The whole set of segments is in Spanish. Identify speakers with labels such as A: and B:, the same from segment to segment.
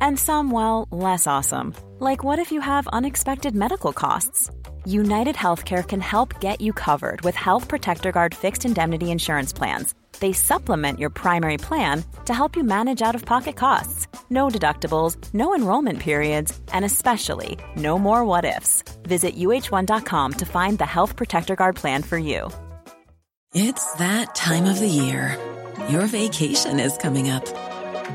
A: And some, well, less awesome, like what if you have unexpected medical costs? United Healthcare can help get you covered with Health Protector Guard fixed indemnity insurance plans. They supplement your primary plan to help you manage out of pocket costs. No deductibles, no enrollment periods, and especially no more what ifs. Visit uh1.com to find the Health Protector Guard plan for you.
B: It's that time of the year. Your vacation is coming up.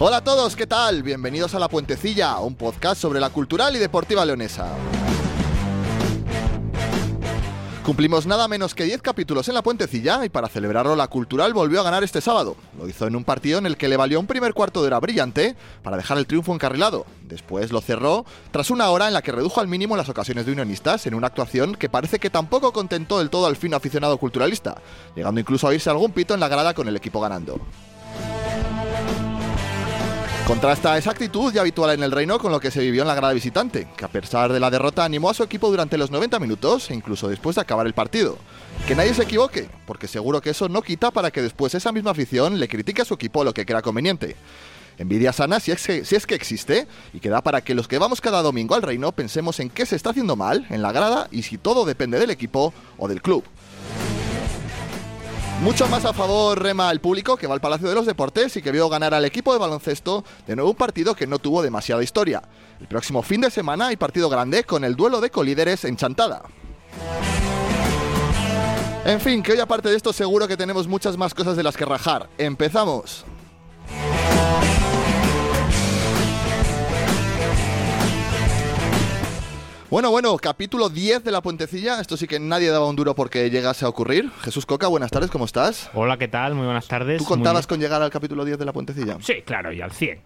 C: Hola a todos, ¿qué tal? Bienvenidos a La Puentecilla, un podcast sobre la cultural y deportiva leonesa. Cumplimos nada menos que 10 capítulos en La Puentecilla y para celebrarlo la cultural volvió a ganar este sábado. Lo hizo en un partido en el que le valió un primer cuarto de hora brillante para dejar el triunfo encarrilado. Después lo cerró tras una hora en la que redujo al mínimo las ocasiones de unionistas en una actuación que parece que tampoco contentó del todo al fino aficionado culturalista, llegando incluso a oírse algún pito en la grada con el equipo ganando. Contrasta esa actitud ya habitual en el reino con lo que se vivió en la grada visitante, que a pesar de la derrota animó a su equipo durante los 90 minutos e incluso después de acabar el partido. Que nadie se equivoque, porque seguro que eso no quita para que después esa misma afición le critique a su equipo lo que crea conveniente. Envidia sana si es, que, si es que existe y que da para que los que vamos cada domingo al reino pensemos en qué se está haciendo mal en la grada y si todo depende del equipo o del club. Mucho más a favor rema el público que va al Palacio de los Deportes y que vio ganar al equipo de baloncesto de nuevo un partido que no tuvo demasiada historia. El próximo fin de semana hay partido grande con el duelo de colíderes en Chantada. En fin, que hoy aparte de esto seguro que tenemos muchas más cosas de las que rajar. Empezamos. Bueno, bueno, capítulo 10 de La Puentecilla. Esto sí que nadie daba un duro porque llegase a ocurrir. Jesús Coca, buenas tardes, ¿cómo estás?
D: Hola, ¿qué tal? Muy buenas tardes.
C: ¿Tú contabas con llegar al capítulo 10 de La Puentecilla? Pues
D: Muy bien. Sí, claro, y al 100.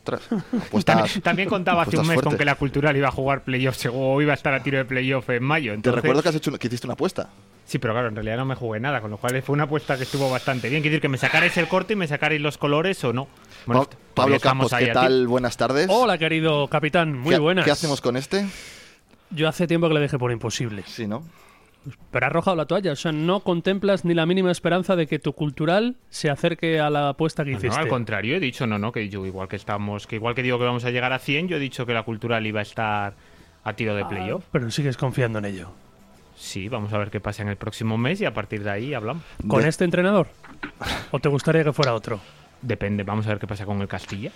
C: Ostras,
D: También,
C: apuestas-
D: también contaba hace
C: apuestas
D: un mes
C: pues fuerte.
D: con que la Cultural iba a jugar playoffs o iba a estar a tiro de playoff en mayo.
C: Te
D: Entonces,
C: recuerdo que, has hecho, una- que hiciste una apuesta.
D: Sí, pero claro, en realidad no me jugué nada, con lo cual fue una apuesta que estuvo bastante bien. Quiere decir que me sacaréis el corte y me sacaréis los colores o no. Bueno,
C: Pa-
D: todavía
C: Pablo
D: estamos
C: Campos,
D: ahí
C: ¿qué
D: a ti.
C: tal? Buenas tardes.
E: Hola, querido capitán, muy
C: ¿Qué-
E: buenas.
C: ¿Qué hacemos con este?
E: Yo hace tiempo que le dejé por imposible.
C: Sí, ¿no?
E: Pero has arrojado la toalla, o sea, no contemplas ni la mínima esperanza de que tu cultural se acerque a la apuesta que
D: No, no,
E: hiciste.
D: al contrario, he dicho no, no, que yo igual que estamos, que igual que digo que vamos a llegar a 100, yo he dicho que la Cultural iba a estar a tiro de playoff.
E: Pero sigues confiando en ello.
D: Sí, vamos a ver qué pasa en el próximo mes y a partir de ahí hablamos.
E: ¿Con
C: De-
E: este entrenador? ¿O te gustaría que fuera otro?
D: Depende, vamos a ver qué pasa con el Castilla.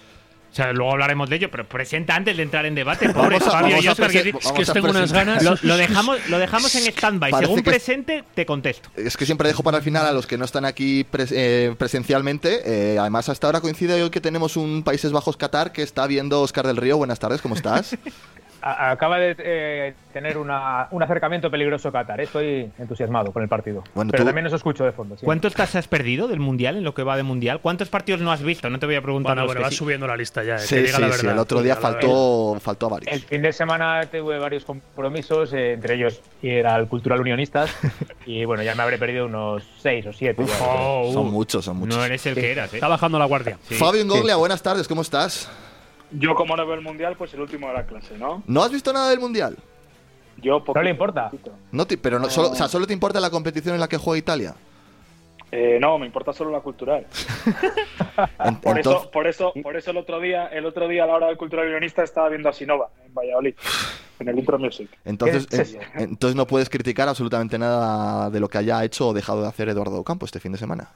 D: O sea, luego hablaremos de ello, pero presenta antes de entrar en debate, pobre
C: Vamos a-
D: Fabio
C: vamos
D: y
C: a
D: Óscar, que
C: presen-
D: di-
C: vamos
E: es
C: a
E: que tengo unas
C: presentar-
E: ganas.
D: lo, lo dejamos, lo dejamos en stand-by.
C: Parece
D: Según
C: que-
D: presente, te contesto.
C: Es que siempre dejo para el final a los que no están aquí pres- eh, presencialmente. Eh, además, hasta ahora coincide hoy que tenemos un Países Bajos Qatar que está viendo Oscar del Río. Buenas tardes, ¿cómo estás?
F: A- Acaba de eh, tener una- un acercamiento peligroso a Qatar. eh. Estoy entusiasmado con el partido.
C: Bueno,
F: Pero
C: tú-
F: también os escucho de fondo. sí.
D: ¿Cuántos tasas has perdido del Mundial, en lo que va de Mundial? ¿Cuántos partidos no has visto? No te voy a preguntar
E: Bueno,
D: los
E: Ah, bueno,
D: que
E: va
D: sí.
E: subiendo la lista ya. eh, que
C: sí, sí,
E: diga la
C: sí.
E: verdad,
C: El otro
E: que
C: día
E: diga la
C: faltó, faltó a
F: El
C: varios.
F: fin de semana tuve varios compromisos, eh, entre ellos ir al Cultural Unionistas. y bueno, ya me habré perdido unos seis o siete. ya.
D: Oh,
C: Son
D: uh,
C: muchos, son muchos.
D: No eres el que eras, ¿eh?
E: Está bajando la guardia.
D: Sí.
C: Fabio Ingoglia, buenas tardes, ¿cómo estás?
G: Yo como no veo el mundial, pues el último de la clase, ¿no?
C: ¿No has visto nada del Mundial?
G: Yo
F: No le importa.
C: No te- pero no, solo, o sea, solo te importa la competición en la que juega Italia.
G: Eh, no, me importa solo la cultural.
C: En-
G: Ah, Por
C: entonces-
G: eso, por eso, por eso el otro día, el otro día a la hora del cultural guionista estaba viendo a Sinova en Valladolid, en el Intro Music.
C: Entonces, eh,
G: ¿Qué es
C: en- entonces no puedes criticar absolutamente nada de lo que haya hecho o dejado de hacer Eduardo Ocampo este fin de semana.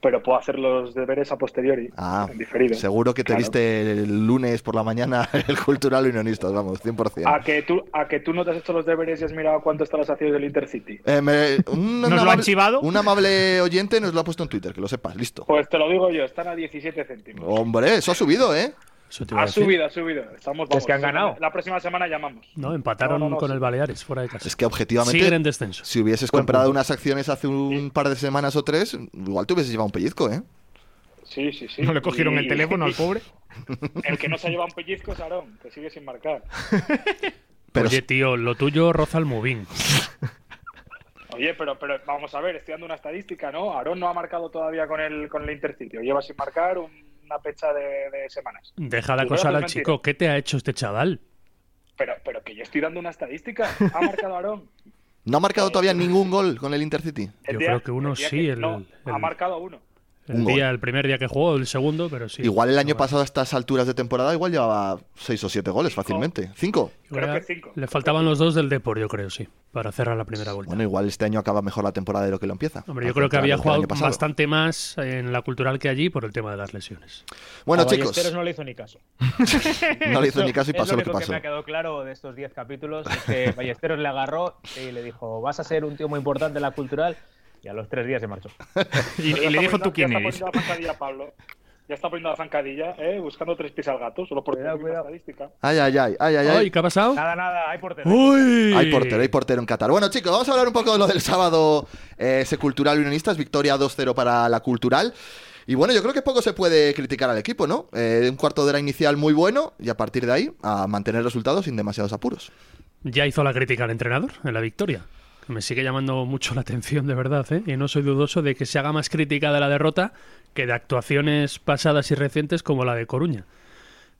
G: Pero puedo hacer los deberes a posteriori,
C: Ah,
G: en diferido.
C: seguro que te
G: Claro.
C: viste el lunes por la mañana el Cultural Unionistas, vamos, 100%.
G: A que tú, a que tú no te has hecho los deberes y has mirado cuánto están las acciones del Intercity.
C: Eh, me- un,
D: ¿Nos lo han chivado?
C: un amable oyente nos lo ha puesto en Twitter, que lo sepas, listo.
G: Pues te lo digo yo, están a 17 céntimos.
C: Hombre, eso ha subido, ¿eh?
E: Eso te iba a
G: Ha
E: decir.
G: subido, ha subido. Estamos
F: Es que han
G: vamos,
F: ganado.
G: La próxima semana llamamos.
E: No, empataron
G: No, no, no,
E: con
G: sí.
E: el Baleares fuera de casa.
C: Es que objetivamente,
E: Siguen en descenso.
C: si hubieses
E: Buen
C: comprado
E: punto.
C: unas acciones hace un par de semanas o tres, igual te hubieses llevado un pellizco, ¿eh?
G: Sí, sí, sí.
D: No le cogieron
G: Y-
D: el teléfono al pobre.
G: El que no se ha llevado un pellizco es Aarón, que sigue sin marcar.
C: Pero
E: Oye, tío, lo tuyo roza el movín.
G: Oye, pero, pero vamos a ver, estoy dando una estadística, ¿no? Aarón no ha marcado todavía con el, con el Intercity. Lleva sin marcar un- una pecha de, de semanas.
E: Deja de
G: Igual
E: acosar
G: es
E: al
G: mentira.
E: chico. ¿Qué te ha hecho este chaval?
G: Pero, pero que yo estoy dando una estadística. Ha marcado Aarón.
C: no ha marcado todavía ningún gol con el Intercity.
G: El
E: Yo
G: día-
E: creo que uno
G: el día
E: sí, el-
G: no,
E: el-
G: ha marcado uno.
E: El,
C: Un gol.
E: día, el primer día que jugó, el segundo, pero sí.
C: igual el año
E: Igual.
C: pasado a estas alturas de temporada igual llevaba seis o siete goles fácilmente. ¿Cinco?
E: Igual
G: creo que cinco.
E: Le faltaban los dos del Depor, yo creo, sí, para cerrar la primera vuelta.
C: Bueno, igual este año acaba mejor la temporada de lo que lo empieza.
E: Hombre, yo
C: Al
E: creo que había
C: contrario
E: jugado
C: el año pasado.
E: bastante más en la cultural que allí por el tema de las lesiones.
C: Bueno,
F: A
C: chicos,
F: Ballesteros no le hizo ni caso.
C: no le hizo ni caso y
F: Es
C: pasó lo que
F: único
C: pasó.
F: me ha quedado claro de estos 10 capítulos es que Ballesteros le agarró y le dijo, vas a ser un tío muy importante en la cultural. Y a los tres días se marchó.
D: Y, y le
G: Pero ya está
D: dijo
G: poniendo-
D: tú quién
G: ya está
D: eres.
G: poniendo la zancadilla, Pablo. Ya está poniendo la zancadilla, ¿eh? buscando tres pies al gato, solo por
F: Cuidado,
G: tener una
F: cuidado.
G: estadística.
C: Ay, ay, ay, ay, ay,
E: ¡Ay,
C: ay.
E: qué ha pasado!
F: Nada, nada, hay portero.
E: ¡Uy!
C: Hay portero, hay portero en Qatar. Bueno, chicos, vamos a hablar un poco de lo del sábado eh, ese cultural unionistas. Victoria 2-0 para la cultural. Y bueno, yo creo que poco se puede criticar al equipo, ¿no? Eh, un cuarto de hora inicial muy bueno y a partir de ahí a mantener resultados sin demasiados apuros.
E: Ya hizo la crítica al entrenador en la victoria. que Me sigue llamando mucho la atención, de verdad, ¿eh? y no soy dudoso de que se haga más crítica de la derrota que de actuaciones pasadas y recientes como la de Coruña.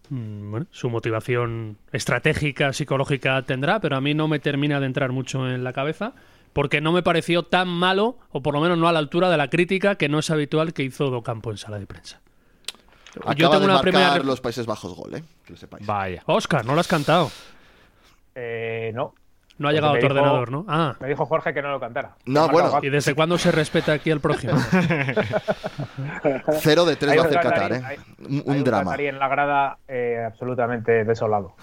E: Mm, Bueno, su motivación estratégica, psicológica tendrá, pero a mí no me termina de entrar mucho en la cabeza, porque no me pareció tan malo, o por lo menos no a la altura de la crítica que no es habitual que hizo Docampo en sala de prensa.
C: Acaba
E: Yo tengo
C: de
E: una
C: marcar
E: primera... ref-
C: los Países Bajos gol, ¿eh? Que lo sepáis.
D: Vaya.
E: Oscar, no lo has cantado.
F: Eh, no.
E: No
D: Pues
F: Porque
E: ha llegado a
F: me
E: tu
F: dijo-
E: ordenador, ¿no? Ah.
F: Me dijo Jorge que no lo cantara.
C: No,
F: He
C: bueno.
F: marcado
E: ¿Y
F: gol.
E: desde cuándo se respeta aquí al prójimo?
C: Cero de tres
F: Hay
C: va a
F: un
C: hacer
F: catarí-
C: Qatar, ¿eh?
F: hay-
C: Un,
F: Hay
C: un drama.
F: catarí en la grada eh, absolutamente desolado.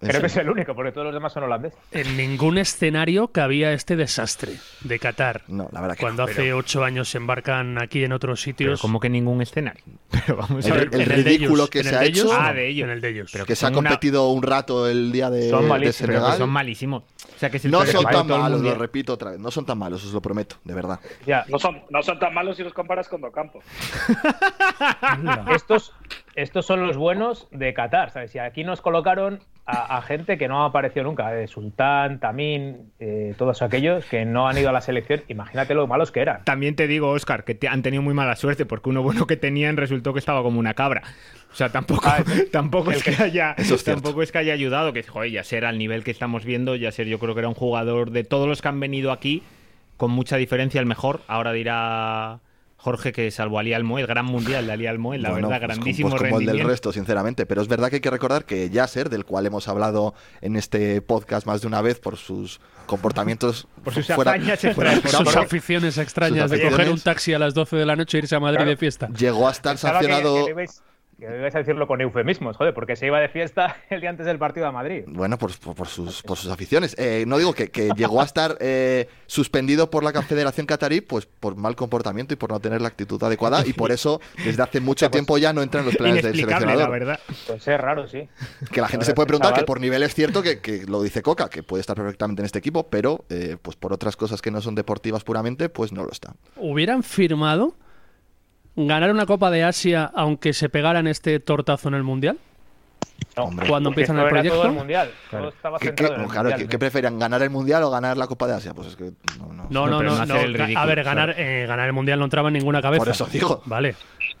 C: En
F: Creo que es
C: serio.
F: el único, porque todos los demás son holandeses.
E: En ningún escenario cabía este desastre de Qatar.
C: No, la verdad que
E: Cuando
C: no.
E: hace ocho años se embarcan aquí en otros
D: Pero
E: sitios.
D: como que ningún escenario. Pero vamos
C: El-
D: a ver.
C: el
E: en el de
C: ridículo
E: ellos,
C: que
E: en
C: se
E: el
C: ha
E: de ellos,
C: hecho.
E: no,
D: Ah, de ellos.
E: En el de ellos.
D: Pero
C: Que se ha
D: son una-
C: competido un rato el día de,
F: Son
C: de
F: malísimos,
D: Pero que
C: Senegal.
D: son malísimos. O sea, que si
C: No
D: el-
C: son
D: todo
C: tan
D: el
C: malos, lo
D: mundial-
C: repito otra vez. No son tan malos, os lo prometo, de verdad.
F: Ya,
G: No son, no son tan malos si los comparas con Docampo.
F: estos, estos son los buenos de Qatar, ¿sabes? Y aquí nos colocaron a, a gente que no ha aparecido nunca, de Sultán, Tamín, eh, todos aquellos que no han ido a la selección. Imagínate lo malos que eran.
D: También te digo, Oscar, que te han tenido muy mala suerte porque uno bueno que tenían resultó que estaba como una cabra. O sea, tampoco, tampoco es que haya,
C: Eso Ah, ¿eh? es cierto.
D: tampoco es que haya ayudado. Que joder, Yasser al nivel que estamos viendo, Yasser yo creo que era un jugador de todos los que han venido aquí con mucha diferencia el mejor. Ahora dirá Jorge que salvo Ali Almoed, gran mundial de Ali Almoed, la
C: Bueno, pues
D: verdad,
C: como-
D: grandísimo
C: pues como el del
D: rendimiento.
C: resto, sinceramente. Pero es verdad que hay que recordar que Yasser, del cual hemos hablado en este podcast más de una vez por sus comportamientos
D: Por sus
C: fuera-
D: hazañas en
C: fuera del
D: Francia.
E: Sus
C: campo,
E: aficiones extrañas
C: Sus
E: de coger
C: aficiones.
E: un taxi a las 12 de la noche e irse a Madrid
F: Claro.
E: de fiesta.
C: llegó a estar
F: Pensaba que- Que,
C: sancionado.
F: me ibais- que me ibais a decirlo con eufemismos, joder, porque se iba de fiesta el día antes del partido a Madrid.
C: Bueno, por, por- por sus, por sus aficiones. Eh, no digo que, que llegó a estar eh, suspendido por la Confederación Catarí, pues por mal comportamiento y por no tener la actitud adecuada. Y por eso, desde hace mucho tiempo ya no entra en los planes del
D: Inexplicable, la
C: seleccionador.
D: verdad.
F: Pues es raro, sí.
C: Que
F: Ahora
C: la gente se puede
F: este
C: preguntar, que
F: chaval-
C: por nivel es cierto que, que lo dice Coca, que puede estar perfectamente en este equipo, pero eh, pues por otras cosas que no son deportivas puramente, pues no lo está.
E: ¿Hubieran firmado ganar una Copa de Asia aunque se pegaran este tortazo en el Mundial?
F: No,
C: Hombre.
E: Cuando
F: porque
E: empiezan
F: esto
E: el
F: era
E: proyecto.
F: Todo el mundial.
D: Claro.
F: Todo estaba
C: ¿Qué,
F: centrado
C: qué-
F: en el
C: claro,
F: mundial,
C: ¿qué-
F: ¿no?
C: qué preferían? ¿Ganar el Mundial o ganar la Copa de Asia? Pues es que no, no.
E: No,
D: No,
E: no,
D: pero
E: no.
D: no hacer
E: no.
D: el ridículo,
E: a ver, ganar, eh, ganar el Mundial no entraba en ninguna cabeza.
C: Por eso digo.
E: Vale.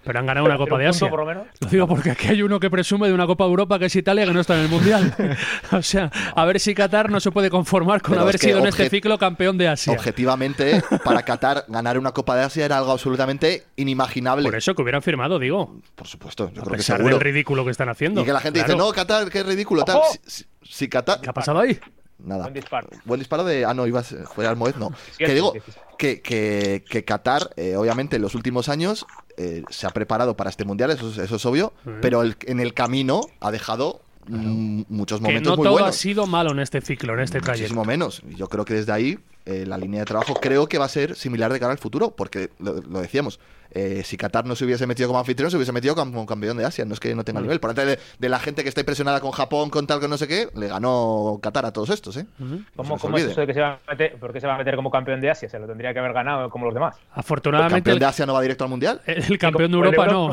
E: Pero han ganado una
F: Pero
E: Copa de
F: un punto,
E: Asia.
F: por lo menos.
E: Lo digo porque aquí hay uno que presume de una Copa de Europa que es Italia que no está en el Mundial. o sea, a ver si Qatar no se puede conformar con
C: Pero
E: haber
C: es que
E: sido en
C: obje-
E: este ciclo campeón de Asia.
C: Objetivamente, para Qatar, ganar una Copa de Asia era algo absolutamente inimaginable.
E: Por eso que hubieran firmado, digo,
C: Por supuesto, yo
E: a
C: creo que
E: pesar
C: seguro.
E: del ridículo que están haciendo.
C: Y que la gente
E: Claro.
C: dice, no, Qatar, qué ridículo. Tal. Si, si- si Qatar.
E: ¿Qué ha pasado ahí?
C: Nada.
F: Buen disparo.
C: Buen disparo de. Ah, no, ibas. Fue Almoez, no.
F: Siete,
C: que digo
F: dieciséis.
C: que, que- que Qatar, eh, obviamente, en los últimos años eh, se ha preparado para este mundial, eso, es- eso es obvio, pero el- en el camino ha dejado mm, muchos
E: Que
C: momentos
E: no
C: muy
E: todo ha
C: buenos.
E: sido malo en este ciclo, en este trayecto.
C: Muchísimo menos. Y Yo creo que desde ahí eh, la línea de trabajo creo que va a ser similar de cara al futuro, porque lo, lo decíamos, eh, si Qatar no se hubiese metido como anfitrión, se hubiese metido como campeón de Asia. No es que no tenga
E: Mm.
C: nivel. Por antes de, de la gente que está impresionada con Japón, con tal, con no sé qué, le ganó Qatar a todos estos, ¿eh? Que se
F: ¿Cómo,
C: nos
F: cómo es
C: olvide.
F: eso de que se va a meter? ¿Por qué se va a meter como campeón de Asia? Se lo tendría que haber ganado como los demás.
C: ¿El
E: Afortunadamente,
C: campeón
E: el,
C: de Asia no va directo al mundial?
E: el campeón de Europa no.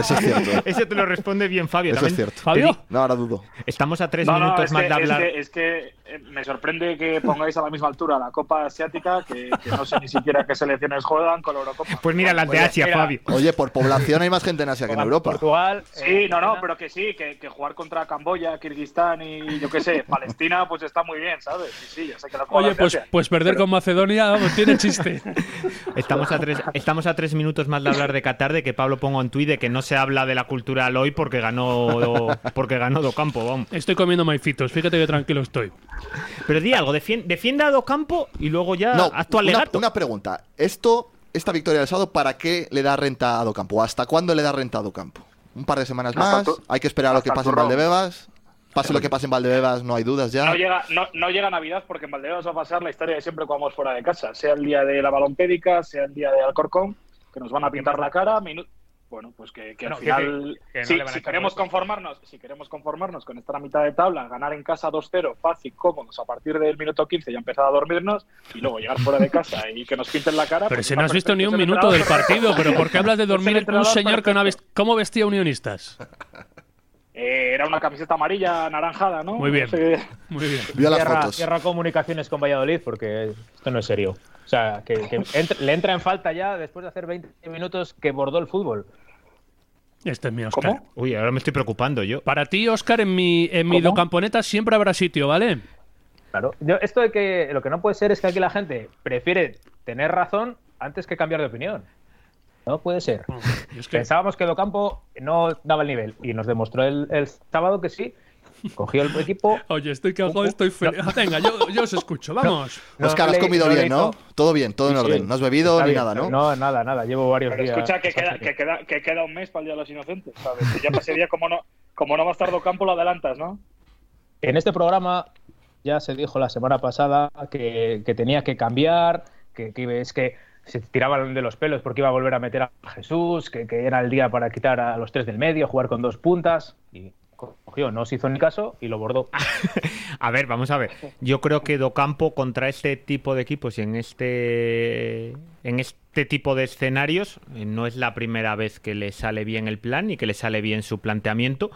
C: Eso es cierto.
D: Ese te lo responde bien Fabio.
C: Eso es
D: también.
C: cierto.
E: Ah. Fabio,
C: No, ahora dudo.
D: Estamos a tres
G: No, no,
D: minutos
G: es
D: más
G: que,
D: de
G: es
D: hablar.
G: que- es que, eh, me sorprende que pongáis a la misma altura la Copa Asiática, que, que no sé ni siquiera qué selecciones juegan con la Eurocopa.
D: Pues mira, las de
F: Oye,
D: Asia,
F: mira.
D: Fabio.
C: Oye, por población hay más gente en Asia que en Europa.
F: Portugal.
G: Sí,
F: eh,
G: no, no,
F: Argentina.
G: pero que sí, que, que jugar contra Camboya, Kirguistán y yo qué sé, Palestina, pues está muy bien, ¿sabes? Sí, sí, ya sé que la juega
E: oye,
G: la
E: pues,
G: Asia.
E: pues perder con Macedonia vamos, tiene chiste.
D: Estamos a, tres, estamos a tres minutos más de hablar de Qatar, de que Pablo ponga un tuit de que no se habla de la cultura al hoy porque ganó, porque ganó Docampo, vamos.
E: Estoy comiendo maifitos, fíjate que tranquilo estoy.
D: Pero di algo, defien- defienda a Docampo y luego ya
C: No,
D: haz tu
C: una,
D: alegato.
C: una pregunta. Esto, esta victoria del sábado, ¿para qué le da renta a Docampo? ¿Hasta cuándo le da renta a Docampo? Un par de semanas
G: Hasta
C: más.
G: tu-
C: Hay que esperar a lo que
G: hasta
C: pase en
G: turrón.
C: Valdebebas. Pase lo que pase en Valdebebas, no hay dudas ya.
G: No llega, no, no llega Navidad porque en Valdebebas va a pasar la historia de siempre cuando vamos fuera de casa, sea el día de la balompédica, sea el día de Alcorcón, que nos van a pintar la cara. minu- Bueno, pues que, que al
F: No, que-
G: final,
F: que no
G: sí,
F: le van a
G: si
F: echar
G: queremos
F: huevos.
G: conformarnos, si queremos conformarnos con estar a mitad de tabla, ganar en casa 2-0, fácil, cómodos, a partir del minuto 15 ya empezar a dormirnos y luego llegar fuera de casa y que nos pinten la cara.
E: Pero
G: pues
E: si
G: está
E: no has visto ni
G: perfecto,
E: un
G: es el
E: minuto del
G: entrenador
E: partido,
G: perfecto.
E: pero ¿por qué hablas de
G: Es el
E: dormir en un
G: entrenador
E: señor que no ha
G: perfecto.
E: vist- ¿Cómo vestía unionistas?
G: Eh, era una camiseta amarilla, anaranjada, ¿no?
E: Muy bien.
G: No sé.
E: Muy bien.
C: Vio las
F: Cierra,
C: fotos.
F: cierra comunicaciones con Valladolid porque esto no es serio. O sea, que, que ent- le entra en falta ya después de hacer 20 minutos que bordó el fútbol.
E: Este es mi Oscar.
F: ¿Cómo?
D: Uy, ahora me estoy preocupando yo.
E: Para ti, Oscar, en mi, en mi
F: ¿Cómo?
E: docamponeta siempre habrá sitio, ¿vale?
F: Claro. Yo, esto de que lo que no puede ser es que aquí la gente prefiere tener razón antes que cambiar de opinión. No puede ser.
E: Y es que-
F: Pensábamos que Docampo no daba el nivel y nos demostró el, el sábado que sí. Cogió el equipo.
E: Oye, estoy cagado, estoy feliz. Venga, yo, yo os escucho, vamos.
C: Oscar, has
F: le-
C: comido
F: le
C: bien, ¿no?
F: hizo-
C: Todo bien, todo en
F: Sí, sí.
C: orden. No has bebido
F: Está
C: ni
F: bien,
C: nada, ¿no?
F: No, nada, nada. Llevo varios
G: Pero
F: días.
G: escucha, que queda,
F: bastante
G: que, queda, que queda un mes para el Día de los Inocentes, ¿sabes? Que ya pasaría como no, como no va a estar Docampo, lo adelantas, ¿no?
F: En este programa ya se dijo la semana pasada que, que tenía que cambiar, que, que es que se tiraban de los pelos porque iba a volver a meter a Jesús, que, que era el día para quitar a los tres del medio, jugar con dos puntas. Y cogió, no se hizo ni caso y lo bordó.
D: A ver, vamos a ver. Yo creo que Docampo contra este tipo de equipos y en este en este tipo de escenarios eh, no es la primera vez que le sale bien el plan y que le sale bien su planteamiento.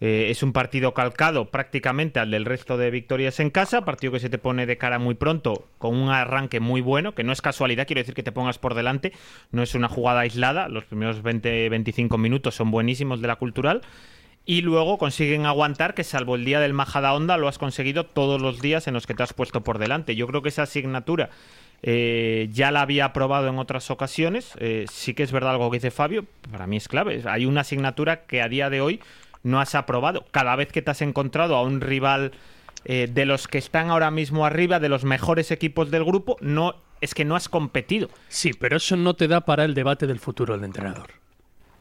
D: Eh, es un partido calcado prácticamente al del resto de victorias en casa, partido que se te pone de cara muy pronto, con un arranque muy bueno, que no es casualidad, quiero decir que te pongas por delante, no es una jugada aislada, los primeros 20-25 minutos son buenísimos de la cultural, y luego consiguen aguantar que salvo el día del Majada Onda lo has conseguido todos los días en los que te has puesto por delante. Yo creo que esa asignatura eh, ya la había aprobado en otras ocasiones. Eh, sí que es verdad algo que dice Fabio, para mí es clave. Hay una asignatura que a día de hoy no has aprobado. Cada vez que te has encontrado a un rival eh, de los que están ahora mismo arriba, de los mejores equipos del grupo, no es que no has competido.
E: Sí, pero eso no te da para el debate del futuro del entrenador.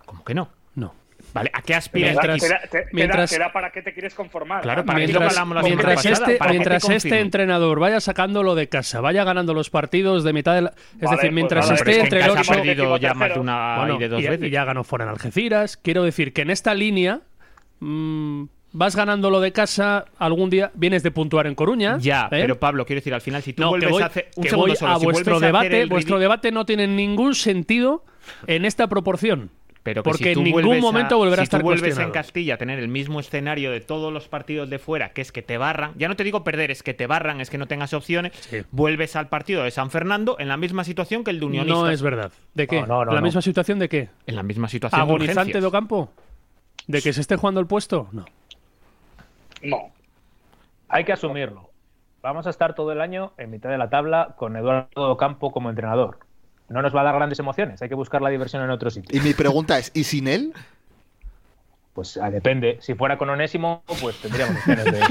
D: ¿Cómo que no?
E: No.
D: Vale, ¿a qué aspira
G: Te da-
D: este
E: Mientras-
D: equipo?
G: te, da, te- te da-
E: mientras-
G: te da para qué te quieres conformar.
D: Claro,
G: ¿Para qué
D: es
G: te
D: lo que
E: Mientras,
D: hablamos la semana
E: mientras
D: pasada, ¿para
E: este,
D: qué te
E: mientras este
D: confirmo?
E: entrenador vaya sacándolo de casa, vaya ganando los partidos de mitad de la... Es
G: Vale,
E: decir,
G: pues
E: mientras
G: vale,
D: Hombre,
E: esté
D: es que
E: entre
D: en
E: el
D: casa ha
E: 8
G: ocho-
D: perdido ya más de una
E: Bueno,
D: y de dos
E: ya,
D: veces.
E: ya ganó fuera en Algeciras. Quiero decir que en esta línea mm, vas ganando lo de casa. Algún día vienes de puntuar en Coruña.
D: Ya,
E: ¿eh?
D: pero Pablo, quiero decir, al final, si tú
E: No, que
D: vuelves
E: voy,
D: a hacer. Un
E: que
D: segundo
E: voy
D: solo,
E: a
D: si
E: vuestro
D: vuelves a hacer
E: debate.
D: el
E: Vuestro
D: ridículo-
E: debate no tiene ningún sentido en esta proporción.
D: Pero que
E: Porque
D: si
E: en
D: tú
E: ningún
D: vuelves a-
E: momento volverá
D: si
E: a estar
D: tú vuelves en
E: cuestionado.
D: Castilla a tener el mismo escenario de todos los partidos de fuera, que es que te barran, ya no te digo perder, es que te barran, es que no tengas opciones,
E: Sí.
D: vuelves al partido de San Fernando en la misma situación que el de Unionistas.
E: No es verdad. ¿De qué?
F: No, no, no,
E: ¿La
F: no.
E: misma situación de qué?
D: En la misma situación de
E: ¿Agonizante
D: urgencias.
E: de Ocampo? ¿De que se esté jugando el puesto? No.
G: No.
F: Hay que asumirlo. Vamos a estar todo el año en mitad de la tabla con Eduardo Campo como entrenador. No nos va a dar grandes emociones, hay que buscar la diversión en otro sitio.
C: Y mi pregunta es, ¿y sin él?
F: Pues ah, depende. Si fuera con Onésimo, pues tendríamos opciones de...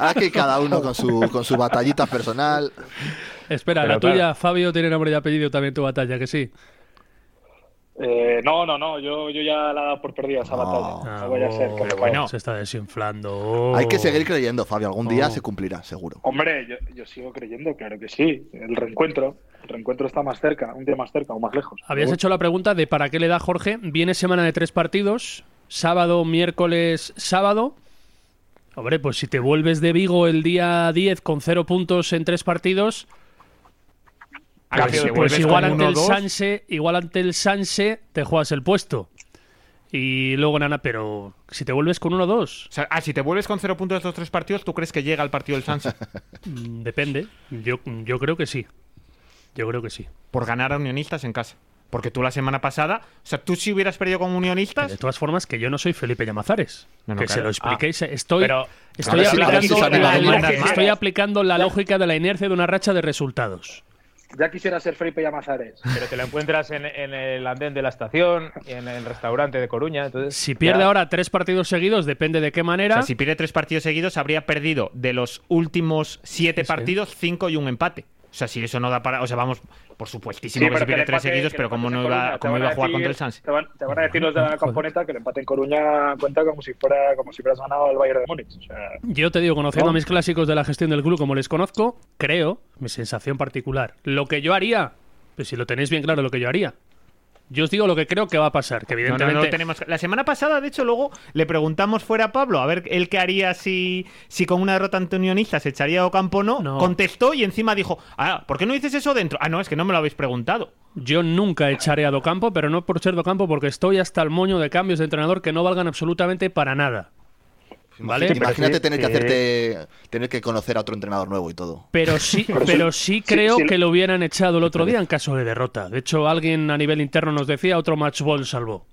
C: Aquí Ah, cada uno con su, con su batallita personal.
E: Espera,
F: Pero
E: la
F: claro.
E: tuya, Fabio, tiene nombre y apellido también tu batalla, que sí.
G: Eh, no, no, no. Yo, yo ya la he dado por perdida esa
C: No.
G: batalla. No vaya a ser. que me
E: pero
G: caiga.
E: Ah, bueno, se está desinflando. Oh.
C: Hay que seguir creyendo, Fabio. Algún día
E: Oh.
C: se cumplirá, seguro.
G: Hombre, yo, yo sigo creyendo, claro que sí. El reencuentro. El reencuentro está más cerca, un día más cerca o más lejos.
E: Oh. Habías hecho la pregunta de para qué le da Jorge. Viene semana de tres partidos, sábado, miércoles, sábado. Hombre, pues si te vuelves de Vigo el día 10 con cero puntos en tres partidos,
D: A que
E: pues,
D: Ah, si
E: pues
D: vuelves
E: igual
D: con
E: ante el
D: 1-2,
E: Sanse, igual ante el Sanse te juegas el puesto. Y luego nada, pero si te vuelves con 1-2,
D: o sea, ah, si te vuelves con cero puntos de estos tres partidos, ¿tú crees que llega al partido del Sanse
E: mm, depende. Yo, yo creo que sí. Yo creo que sí.
D: por ganar a Unionistas en casa? Porque tú la semana pasada, o sea, tú si hubieras perdido con
E: De
D: Unionistas,
E: todas formas, que yo no soy Felipe Llamazares.
D: No, no,
E: que se
D: claro. Ah.
E: lo expliquéis. estoy
F: Pero-
E: estoy,
C: Ahora sí, ahora sí
E: aplicando,
C: se
E: la,
C: han ido
E: lógica-
D: las manos.
E: estoy aplicando la lógica de la inercia de una racha de resultados.
G: Ya quisiera ser Felipe Llamazares.
F: Pero te lo encuentras en, en el andén de la estación, en el restaurante de Coruña. Entonces,
E: Si pierde
F: ya-
E: ahora tres partidos seguidos, depende de qué
D: o
E: manera.
D: sea, si pierde tres partidos seguidos, habría perdido de los últimos siete
E: Sí, sí.
D: partidos, cinco y un empate. O sea, si eso no da para. O sea, vamos, por supuestísimo
G: Sí,
D: que
G: pero
D: si
G: que el
D: pierde tres
G: empate-
D: seguidos,
G: que el
D: pero como
G: empate
D: no
G: sea
D: iba,
G: Coruña,
D: como
G: te van
D: iba
G: a
D: a jugar contra el
G: decir-
D: Sanse.
G: Te van, te van a decir los de la componenta que el empate en Coruña cuenta como si fuera como si hubieras ganado al Bayern de Múnich. O sea,
E: Yo te digo, conociendo
G: No.
E: a mis clásicos de la gestión del club como les conozco, creo, mi sensación particular, lo que yo haría, pues si lo tenéis bien claro lo que yo haría, yo os digo lo que creo que va a pasar, que
D: No, no,
E: evidentemente...
D: no lo tenemos. La semana pasada, de hecho, luego le preguntamos fuera a Pablo a ver él qué haría si, si con una derrota ante Unionistas se echaría a Ocampo o no.
E: No.
D: Contestó y encima dijo: Ah, ¿por qué no dices eso dentro? Ah, no, es que no me lo habéis preguntado.
E: Yo nunca echaré a Docampo, pero no por ser Docampo, porque estoy hasta el moño de cambios de entrenador que no valgan absolutamente para nada. ¿Vale?
C: Imagínate
G: sí,
C: tener que
G: sí.
C: hacerte tener que conocer a otro entrenador nuevo y todo.
E: Pero sí,
G: sí-
E: pero sí creo
G: sí, sí.
E: que lo hubieran echado el otro día en caso de derrota. De hecho, alguien a nivel interno nos decía otro match ball salvó.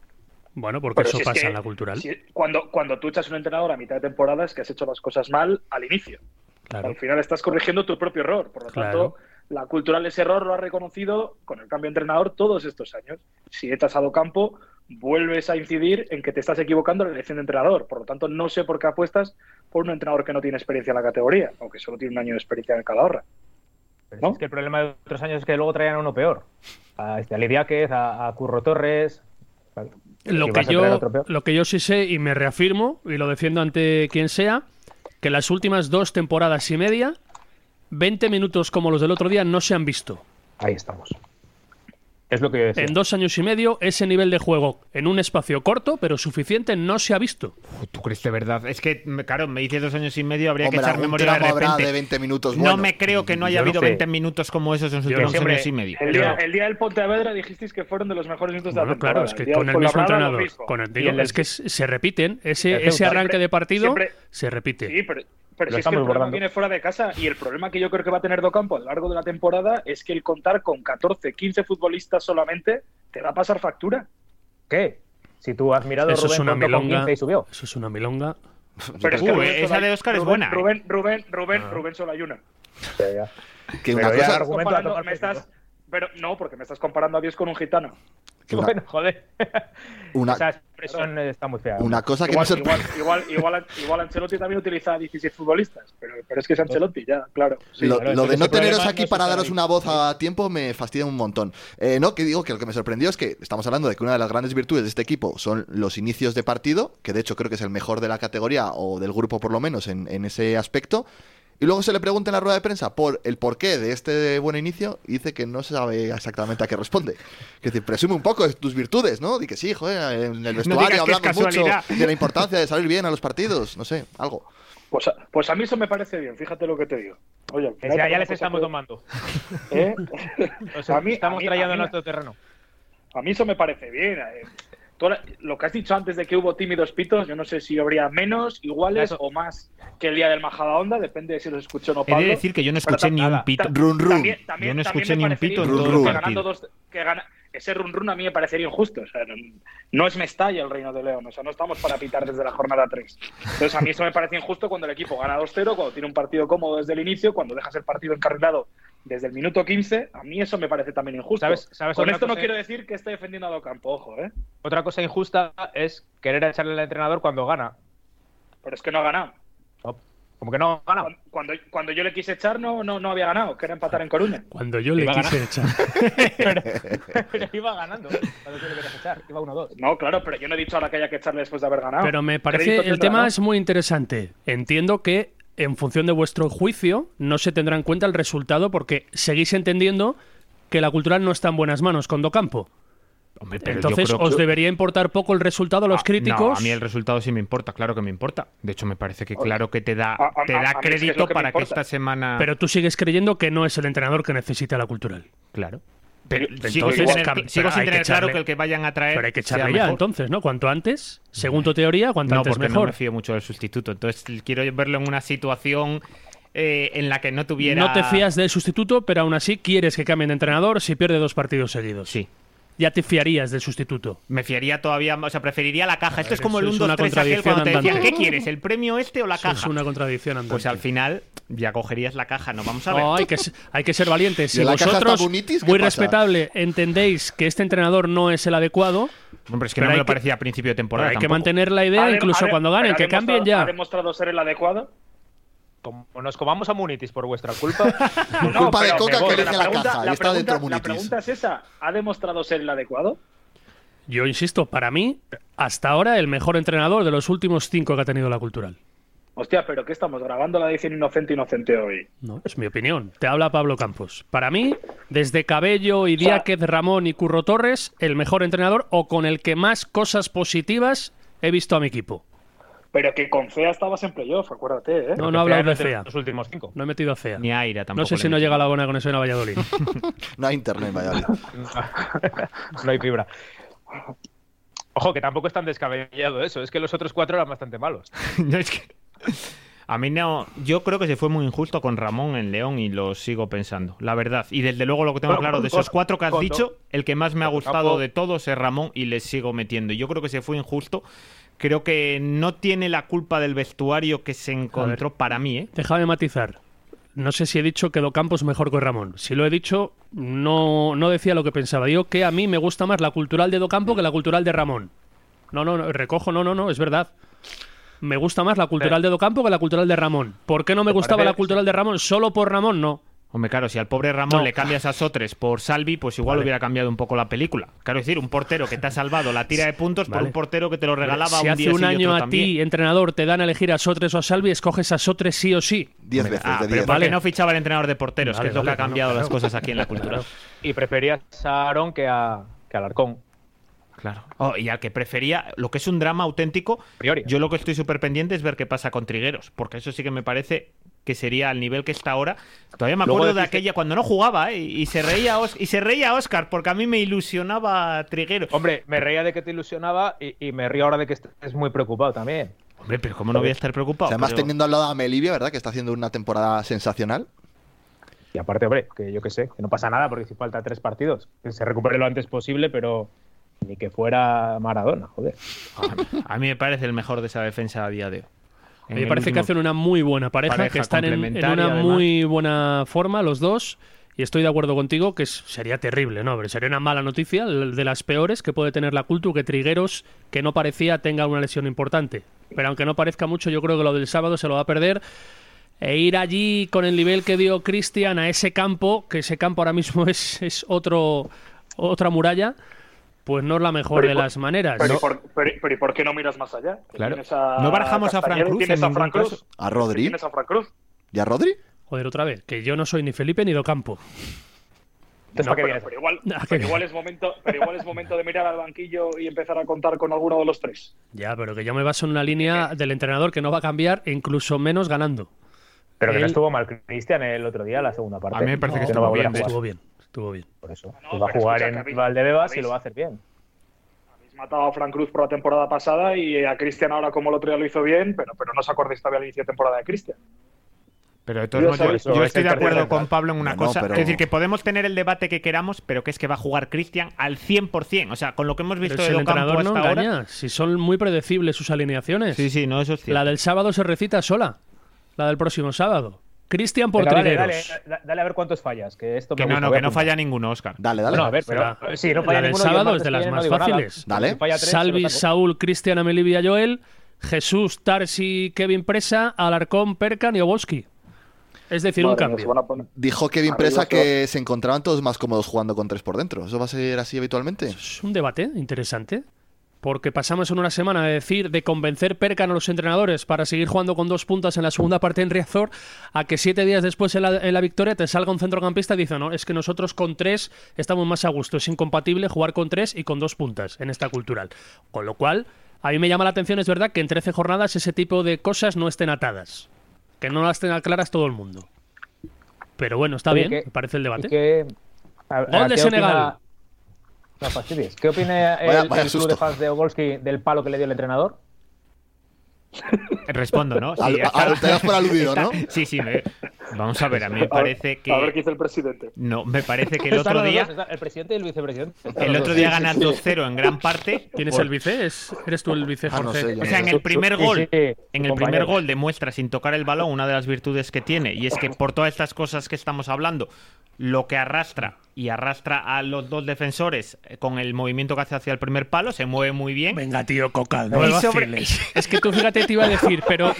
E: Bueno, porque
G: pero
E: eso
G: si es
E: pasa
G: que-
E: en la cultural.
G: si- cuando, cuando tú echas un entrenador a mitad de temporada es que has hecho las cosas mal al inicio.
E: claro.
G: Al final estás corrigiendo tu propio error. Por lo
E: Claro.
G: tanto, la cultural ese error lo ha reconocido con el cambio de entrenador todos estos años. Si echas a Docampo, vuelves a incidir en que te estás equivocando en la elección de entrenador. Por lo tanto, no sé por qué apuestas por un entrenador que no tiene experiencia en la categoría, aunque solo tiene un año de experiencia en el Calahorra.
F: Pero
G: ¿no?
F: si Es que el problema de otros años es que luego traían a uno peor. A este Alidiáquez, a, a Curro Torres.
E: Lo
F: ¿Y
E: que,
F: vas a traer
E: yo,
F: otro peor?
E: lo que yo sí sé y me reafirmo y lo defiendo ante quien sea, que las últimas dos temporadas y media, 20 minutos como los del otro día no se han visto.
F: Ahí estamos. Es lo que yo decía.
E: En dos años y medio, ese nivel de juego en un espacio corto, pero suficiente, no se ha visto.
D: Pues, ¿Tú crees de verdad? Es que, me- claro, me dices dos años y medio, habría
C: Hombre,
D: que echar
C: algún
D: memoria de
C: tramo habrá
D: repente.
C: de 20 minutos
D: No
C: bueno.
D: me creo que no haya
F: Yo no
D: habido
F: sé.
D: 20 minutos como esos en sus
E: Yo no
D: dos
E: sé,
F: hombre.
D: años y medio.
G: El día, el día del Pontevedra dijisteis que fueron de los mejores minutos de la
E: Bueno,
G: temporada.
E: claro, es que
G: día
E: con
G: del
E: el mismo
G: Fuenlabrada, lo
E: entrenador.
G: mismo.
E: Con el-
G: Y
E: digo,
G: el del
E: es que s- se repiten, ese,
F: Ceuta.
E: ese arranque
G: Siempre-
E: de partido
G: siempre-
E: se repite.
G: Sí, pero, pero
F: Lo
G: si es que el
F: estamos
G: problema
F: borrando.
G: viene fuera de casa y el problema que yo creo que va a tener Docampo a lo largo de la temporada es que el contar con 14, 15 futbolistas solamente te va a pasar factura.
F: ¿Qué? Si tú has mirado
E: Eso
F: Rubén
E: es una
F: contó con
E: milonga.
F: 15 y subió.
E: Eso es una milonga.
G: Pero
D: Uh,
G: Rubén
D: esa
G: solo hay-
D: de Óscar es
G: Rubén-
D: buena, ¿eh?
G: Rubén, Rubén, Rubén, Rubén solo hay una.
C: Que
F: Pero
C: una
F: ya
C: cosa,
F: algún- Argumento
G: Comparando-
F: a tomar por
G: me estás- pero no, porque me estás comparando a Dios con un gitano.
C: que una-
F: Bueno, joder.
C: una-
F: Esa expresión eh, está muy fea.
C: una cosa que me
G: Igual,
C: sorprende.
G: igual, igual, igual, igual Ancelotti también utiliza a 16 futbolistas, pero, pero es que es Ancelotti, ya, claro. Sí.
C: lo,
F: claro,
C: lo
F: es que
C: de no
F: ese problema
C: teneros
F: no
C: aquí
F: es
C: para
F: un
C: daros
F: problema.
C: una voz a tiempo me fastidia un montón. Eh, no, que digo que lo que me sorprendió es que estamos hablando de que una de las grandes virtudes de este equipo son los inicios de partido, que de hecho creo que es el mejor de la categoría o del grupo por lo menos en, en ese aspecto. Y luego se le pregunta en la rueda de prensa por el porqué de este buen inicio y dice que no se sabe exactamente a qué responde. Que decir, presume un poco de tus virtudes, ¿no? Di que sí, joder, en el vestuario
D: digas que es
C: hablamos mucho
D: casualidad.
C: de la importancia de salir bien a los partidos, no sé, algo.
G: Pues, a, pues a mí eso me parece bien, fíjate lo que te digo. Oye, al
F: Que
G: final
F: sea, ya
G: cada
F: les
G: cosa
F: estamos
G: que-
F: tomando.
G: ¿Eh?
F: O sea,
G: A mí-
F: estamos
G: a mí-
F: trayendo
G: a mí-
F: nuestro terreno.
G: A mí eso me parece bien. eh. Toda la- lo que has dicho antes de que hubo tímidos pitos, yo no sé si habría menos, iguales
D: Eso.
G: o más que el día del Majada Onda, depende de si los escuchó o no
D: He
G: Pablo.
D: de decir que yo no
G: Pero
D: escuché
G: tam-
D: ni un
G: nada.
D: pito.
G: Ta-
C: Run, run.
G: También, también-
D: Yo no
G: también
D: escuché
G: me
D: ni un
G: parecería
D: pito en
C: Run,
G: injusto
C: run.
G: que ganando dos- que gana- ese run run a mí me parecería injusto. o sea, no, no es Mestalla el Reino de León. O sea, no estamos para pitar desde la jornada 3. Entonces, a mí eso me parece injusto cuando el equipo gana 2-0, cuando tiene un partido cómodo desde el inicio, cuando dejas el partido encarrilado desde el minuto 15. A mí eso me parece también injusto.
F: ¿Sabes- sabes
G: Con
F: otra
G: esto no
F: cosa?
G: quiero decir que esté defendiendo a Docampo, ojo, ¿eh?
F: Otra cosa injusta es querer echarle al entrenador cuando gana.
G: Pero es que no ha ganado.
F: No, Como que no gana.
G: Cuando- Cuando, cuando yo le quise echar, no, no, no había ganado, que era empatar en Coruña.
E: Cuando yo le
F: Iba a
E: quise echar.
F: Pero iba ganando. Cuando tú le querías echar, iba 1-2.
G: No, claro, pero yo no he dicho ahora que haya que echarle después de haber ganado.
E: Pero me
G: Crédito
E: parece,
G: se le
E: el tema
G: da,
E: es muy interesante. Entiendo que en función de vuestro juicio no se tendrá en cuenta el resultado porque seguís entendiendo que la cultural no está en buenas manos con Docampo.
D: Hombre, pero yo
E: Entonces
D: creo que-
E: os debería importar poco el resultado a los
D: Ah,
E: críticos.
D: No, a mí el resultado sí me importa, claro que me importa. De hecho, me parece que claro que te da,
G: a- a-
D: te da
G: a- a mí es que es lo
D: crédito
G: que me
D: para que
G: importa.
D: esta semana.
E: Pero tú sigues creyendo que no es el entrenador que necesita la cultural.
D: claro. Pero
E: Entonces,
D: sigo sin tener, sigo
E: Carl, pero
D: sin
E: hay que
D: tener claro
E: echarle-
D: que el que vayan a traer.
E: Pero hay que
D: Eh, sea
E: echarle ya,
D: mejor.
E: entonces, ¿no? Cuanto antes, según tu teoría, cuanto
D: No,
E: antes
D: porque no
E: mejor.
D: me fío mucho del sustituto. Entonces, quiero verlo en una situación eh, en la que no tuviera.
E: No te fías del sustituto, pero aún así quieres que cambien de entrenador si pierde dos partidos seguidos.
D: Sí.
E: Ya te fiarías del sustituto.
D: Me fiaría todavía, más, o sea, preferiría la caja. Esto es como el
E: eso es
D: 1,
E: una
D: 2, 3 aquel cuando te decían,
E: contradicción
D: ¿qué quieres? ¿El premio este o la
E: Eso
D: caja?
E: es una contradicción andante.
D: Pues al final ya cogerías la caja, ¿no? Vamos a ver.
E: No, hay que, se- hay que ser valientes.
C: ¿Y
E: Si
C: en la caja está
E: vosotros,
C: Bonitis? ¿Qué
E: muy
C: pasa?
E: respetable, entendéis que este entrenador no es el adecuado,
D: Hombre, es que
E: Pero
D: no me
E: hay
D: lo
E: que-
D: parecía a principio de temporada.
E: hay que
D: tampoco.
E: mantener la
G: ¿eh?
E: idea
G: Ha de-
E: incluso
G: ha de-
E: cuando ganen,
G: pero
E: que
G: ha demostrado-
E: cambien ya.
G: ¿Ha demostrado ser el adecuado?
F: Como nos comamos a Munitis por vuestra culpa.
C: Por culpa de
G: pero
C: Coca
G: me voy.
C: que elige la
G: pregunta-
C: caja y
G: la
C: está dentro
G: pregunta- La
C: Munitis.
G: pregunta es esa. ¿Ha demostrado ser el adecuado?
E: Yo insisto, para mí, hasta ahora el mejor entrenador de los últimos cinco que ha tenido la cultural.
G: Hostia, pero ¿qué estamos grabando la edición Inocente Inocente hoy?
E: No, es mi opinión. Te habla Pablo Campos. Para mí, desde Cabello y Diáquez, Ramón y Curro Torres, el mejor entrenador o con el que más cosas positivas he visto a mi equipo.
G: Pero que con Fea estabas en playoff, acuérdate, ¿eh?
E: No, no he hablado de
F: Entre
E: fea.
F: Los últimos cinco.
E: No he metido a fea.
D: Ni a Aira tampoco.
E: No sé
D: le
E: si no
D: metí.
E: llega la buena conexión a Valladolid.
C: No hay internet en Valladolid.
F: no hay fibra. Ojo, que tampoco es tan descabellado eso. Es que los otros cuatro eran bastante malos.
D: No, es que- A mí no. Yo creo que se fue muy injusto con Ramón en León y lo sigo pensando, la verdad. Y desde luego lo que tengo
F: Bueno,
D: claro, de
F: con-
D: esos cuatro que has
F: con-
D: dicho, el que más me ha
F: con
D: gustado
F: Campo.
D: de todos es Ramón y le sigo metiendo. Yo creo que se fue injusto. Creo que no tiene la culpa del vestuario que se encontró para mí, ¿eh?
E: Déjame matizar. No sé si he dicho que Docampo es mejor que Ramón. Si lo he dicho, no, no decía lo que pensaba. Digo que a mí me gusta más la cultural de Docampo que la cultural de Ramón. No, no, no, recojo, no, no, no, es verdad. Me gusta más la cultural de Docampo que la cultural de Ramón. ¿Por qué no me gustaba
F: parece-
E: la cultural de Ramón? Solo por Ramón, no.
D: Hombre, claro, si al pobre Ramón
E: No.
D: le cambias a Sotres por Salvi, pues igual hubiera cambiado un poco la película. Claro, es decir, un portero que te ha salvado la tira de puntos por
E: Vale.
D: un portero que te lo regalaba
E: si
D: un
E: hace
D: día
E: un
D: sí y
E: año
D: otro
E: a
D: también.
E: ti, entrenador, te dan a elegir a Sotres o a Salvi, escoges a Sotres sí o sí.
C: Diez veces de
D: Ah, pero
C: diez.
D: porque
E: Vale.
D: no fichaba el entrenador de porteros, que
E: Vale,
D: es lo
E: vale,
D: que ha cambiado
E: bueno,
D: las
E: claro.
D: cosas aquí en la cultura.
F: Y preferías a Aaron que a, que a Alarcón.
D: Claro. Oh, y al que prefería, lo que es un drama auténtico,
F: Priori.
D: yo lo que estoy súper pendiente es ver qué pasa con Trigueros, porque eso sí que me parece que sería al nivel que está ahora. Todavía me
F: Luego
D: acuerdo de
F: decís que-
D: aquella cuando no jugaba ¿eh? y, y se reía Os- y se reía Oscar, porque a mí me ilusionaba Trigueros.
F: Hombre, me reía de que te ilusionaba y, y me río ahora de que estés muy preocupado también.
D: Hombre, pero ¿cómo no voy a estar
C: O
D: preocupado?
C: sea, además,
D: Pero-
C: teniendo al lado a Melivia, ¿verdad? Que está haciendo una temporada sensacional.
F: Y aparte, hombre, que yo qué sé, que no pasa nada porque si falta tres partidos, que se recupere lo antes posible, pero ni que fuera Maradona, joder.
D: A mí me parece el mejor de esa defensa a día de hoy. En
E: Me
D: el
E: parece que
D: último-
E: hacen una muy buena pareja,
D: Pareja
E: que están en- en,
D: complementaria,
E: una
D: además.
E: muy buena forma los dos. Y estoy de acuerdo contigo que es- sería terrible, ¿no? Pero sería una mala noticia, l- de las peores que puede tener la Cultu, que Trigueros, que no parecía, tenga una lesión importante. Pero aunque no parezca mucho, yo creo que lo del sábado se lo va a perder. E ir allí con el nivel que dio Cristian a ese campo, que ese campo ahora mismo es, es otro, otra muralla, pues no es la mejor
G: Pero y
E: de
G: por-
E: las maneras.
G: Pero,
E: No-
G: ¿y por, pero- pero ¿y por qué no miras más allá?
D: Claro.
G: Tienes a
D: No barajamos a Fran
G: Castañeda,
D: Cruz
G: Tienes
D: en
G: a
D: ningún
G: Fran Cruz.
D: caso.
C: A Rodri.
G: Tienes a Fran Cruz.
C: ¿Y a Rodri?
E: Joder, otra vez, que yo no soy ni Felipe ni Docampo.
F: Entonces,
G: No,
F: ¿para qué
G: pero,
F: vienes?
G: pero igual,
E: Ah,
G: pero
E: qué-
G: igual es momento, pero igual es momento de mirar al banquillo y empezar a contar con alguno de los tres.
E: Ya, pero que yo me baso en una línea del entrenador que no va a cambiar, e incluso menos ganando.
F: Pero que
E: Él-
F: no estuvo mal Cristian el otro día, la segunda parte.
D: A mí me parece que
F: no
D: estuvo
F: va a volver
D: bien,
F: a jugar.
E: Estuvo bien, estuvo bien.
F: Por eso.
G: No,
F: Pues va a
G: pero
F: jugar
G: escucha, que
F: en
G: habéis-
F: Valdebebas y
G: habéis-
F: lo va a hacer bien.
G: Habéis matado a Frank Cruz por la temporada pasada y a Cristian ahora como el otro día lo hizo bien, pero, pero no os acordéis todavía al inicio de temporada de Cristian.
D: Pero de todos
G: Yo
D: modos, yo,
G: eso,
D: yo
G: es
D: estoy
G: el
D: de
G: tercer
D: acuerdo
G: central.
D: con Pablo en una
C: No,
D: cosa.
C: pero-
D: Es decir, que podemos tener el debate que queramos, pero que es que va a jugar Cristian al 100%. O sea, con lo que hemos
E: Pero
D: visto
E: si
D: de
E: el
D: Docampo
E: entrenador
D: hasta
E: no
D: ahora.
E: engaña, si son muy predecibles sus alineaciones.
D: Sí, sí, no, eso es cierto.
E: La del sábado se recita sola. La del próximo sábado. Cristian por
F: Venga, dale, dale,
E: Trigueros.
F: da- dale a ver cuántos fallas. Que esto me
D: Que no,
F: gusta,
D: no,
F: voy a
D: que no
F: apuntar.
D: falla ninguno, Oscar.
C: Dale, dale.
F: No, a ver, pero
E: Será-
F: sí, no
E: la
F: falla ninguno,
E: del
F: yo el
E: sábado
F: martes
E: es de
F: que
E: las
F: viene no
E: más
F: digo nada.
D: Pues,
E: fáciles.
C: Dale.
F: Si falla tres,
E: Salvi,
F: lo saco.
E: Saúl, Cristian, Amelivia, Joel, Jesús, Tarsi, Kevin Presa, Alarcón, Perkan y Obolski. Es decir, un
G: Madre mía, se
E: cambio.
G: van a poner-
C: Dijo Kevin
G: Arriba
C: Presa
G: se
C: que se encontraban todos más cómodos jugando con tres por dentro. ¿Eso va a ser así habitualmente?
E: Es Pues, un debate interesante. Porque pasamos en una semana de decir, de convencer Perkan a los entrenadores para seguir jugando con dos puntas en la segunda parte en Riazor, a que siete días después en la, en la victoria te salga un centrocampista y dice, no, es que nosotros con tres estamos más a gusto. Es incompatible jugar con tres y con dos puntas en esta cultural. Con lo cual, a mí me llama la atención, es verdad, que en 13 jornadas ese tipo de cosas no estén atadas. Que no las tenga claras todo el mundo. Pero bueno, está
F: Oye,
E: bien,
F: que-
E: me parece
F: ¿Y
E: el debate.
F: qué- a- a-
E: Gol de
F: qué
E: Senegal.
F: opina- No fastidies. ¿Qué opina el,
C: Vaya- vaya
F: el club
C: susto.
F: de fans de Ogolski del palo que le dio el entrenador?
D: Respondo, ¿no? Sí,
C: Al-
D: está-
C: al- te das por aludido, ¿no?
D: Sí, sí. me- Vamos a ver, a mí me
G: A ver-
D: parece que.
G: A ver qué dice el presidente.
D: No, me parece que el
F: Están
D: otro
F: los
D: día.
F: dos, está el presidente y el vicepresidente. Están
D: El
F: los
D: otro
F: dos.
D: día ganas 2-0 en gran parte.
E: ¿Quién es
D: por-
E: el vice? ¿Es- ¿Eres tú el vice,
C: Ah, no
E: Jorge?
C: sé, yo
D: O
C: no
D: sea, en
C: sé.
D: el primer
F: Sí, sí,
D: gol, en el
F: compañero.
D: primer gol demuestra sin tocar el balón una de las virtudes que tiene y es que por todas estas cosas que estamos hablando, lo que arrastra y arrastra a los dos defensores eh, con el movimiento que hace hacia el primer palo, se mueve muy bien.
H: Venga, tío, Coca,
D: Y
H: no lo
D: sobre-
H: vaciles.
E: Es que tú fíjate, te iba a decir, pero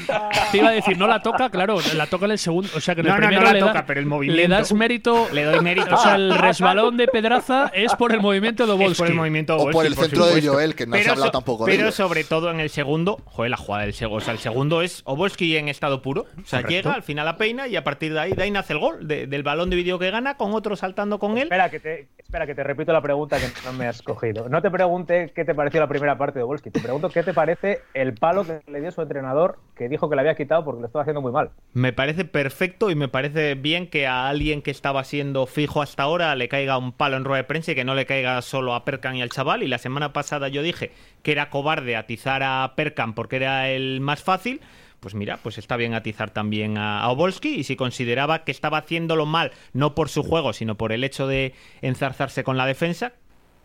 E: te iba a decir, no la toca, claro, la toca en el segundo. O sea, que en el
D: No, no, no
E: primero
D: la
E: le da-
D: toca, pero el movimiento.
E: Le das mérito.
D: Le doy mérito.
E: O sea, el resbalón de Pedraza es por el movimiento de
D: Es
E: Obolski.
D: por el movimiento de
C: O por
D: Volsky,
C: el centro de
D: supuesto.
C: Joel, que no se ha hablado tampoco de
D: Pero
C: ello.
D: sobre todo en el segundo, joder, la jugada del segundo. O sea, el segundo es Obolski en estado puro. O sea, llega, al final la peina y a partir de ahí Dain hace el gol de- del balón de vídeo que gana, con otro saltando con él.
F: Espera que, te, espera, que te repito la pregunta que no me has cogido. No te pregunte qué te pareció la primera parte de Wolski. Te pregunto qué te parece el palo que le dio su entrenador que dijo que le había quitado porque lo estaba haciendo muy mal.
D: Me parece perfecto y me parece bien que a alguien que estaba siendo fijo hasta ahora le caiga un palo en rueda de prensa y que no le caiga solo a Perkan y al chaval. Y la semana pasada yo dije que era cobarde atizar a Perkan porque era el más fácil. Pues mira, pues está bien atizar también a, a Obolski y si consideraba que estaba haciéndolo mal, no por su juego, sino por el hecho de enzarzarse con la defensa,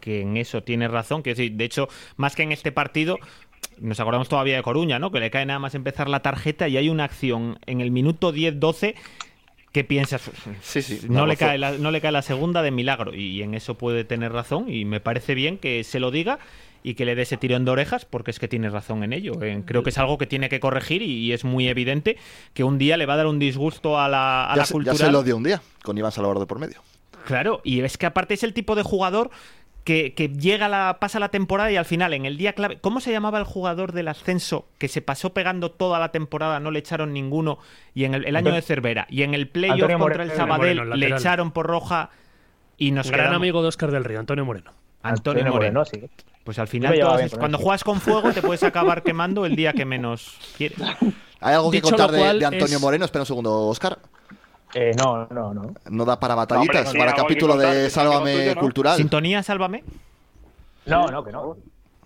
D: que en eso tiene razón. Que de hecho, más que en este partido, nos acordamos todavía de Coruña, ¿no? Que le cae nada más empezar la tarjeta y hay una acción en el minuto 10-12 que piensas,
C: Sí, sí,
D: no,
C: la
D: le
C: razón.
D: cae la, no le cae la segunda de milagro. Y en eso puede tener razón y me parece bien que se lo diga y que le dé ese tirón de orejas porque es que tiene razón en ello. Eh, Creo que es algo que tiene que corregir y, y es muy evidente que un día le va a dar un disgusto a la, a
C: Ya
D: la
C: se, ya
D: cultural.
C: se lo dio un día, con Iván Salvador de por medio.
D: Claro, y es que aparte es el tipo de jugador que, que llega la, pasa la temporada y al final, en el día clave. ¿Cómo se llamaba el jugador del ascenso que se pasó pegando toda la temporada, no le echaron ninguno? Y en el, el año de Cervera, y en el playoff
F: Antonio
D: contra el
F: Moreno,
D: Sabadell
E: Moreno,
D: le
E: lateral.
D: echaron por roja y nos
E: Gran
D: quedamos-
E: amigo de Oscar del Río, Antonio Moreno.
D: Antonio Moreno.
F: sí.
D: Pues al
F: Yo
D: final,
F: me llevaba
D: todas-
F: bien con él,
D: cuando
F: sí.
D: juegas con fuego, te puedes acabar quemando el día que menos quieres.
C: Hay algo que
E: Dicho
C: contar
E: lo
C: de-
E: cual,
C: de, Antonio
E: es-
C: Moreno. Espera un segundo, Oscar.
F: Eh, no, no, no.
C: No da para batallitas,
G: No, hombre, no
C: para
G: tiene algo que
C: capítulo
G: contar,
C: de
G: que sea algo
C: Sálvame
G: tuyo, ¿no?
C: Cultural.
D: Sintonía, sálvame,
F: No, no, que no.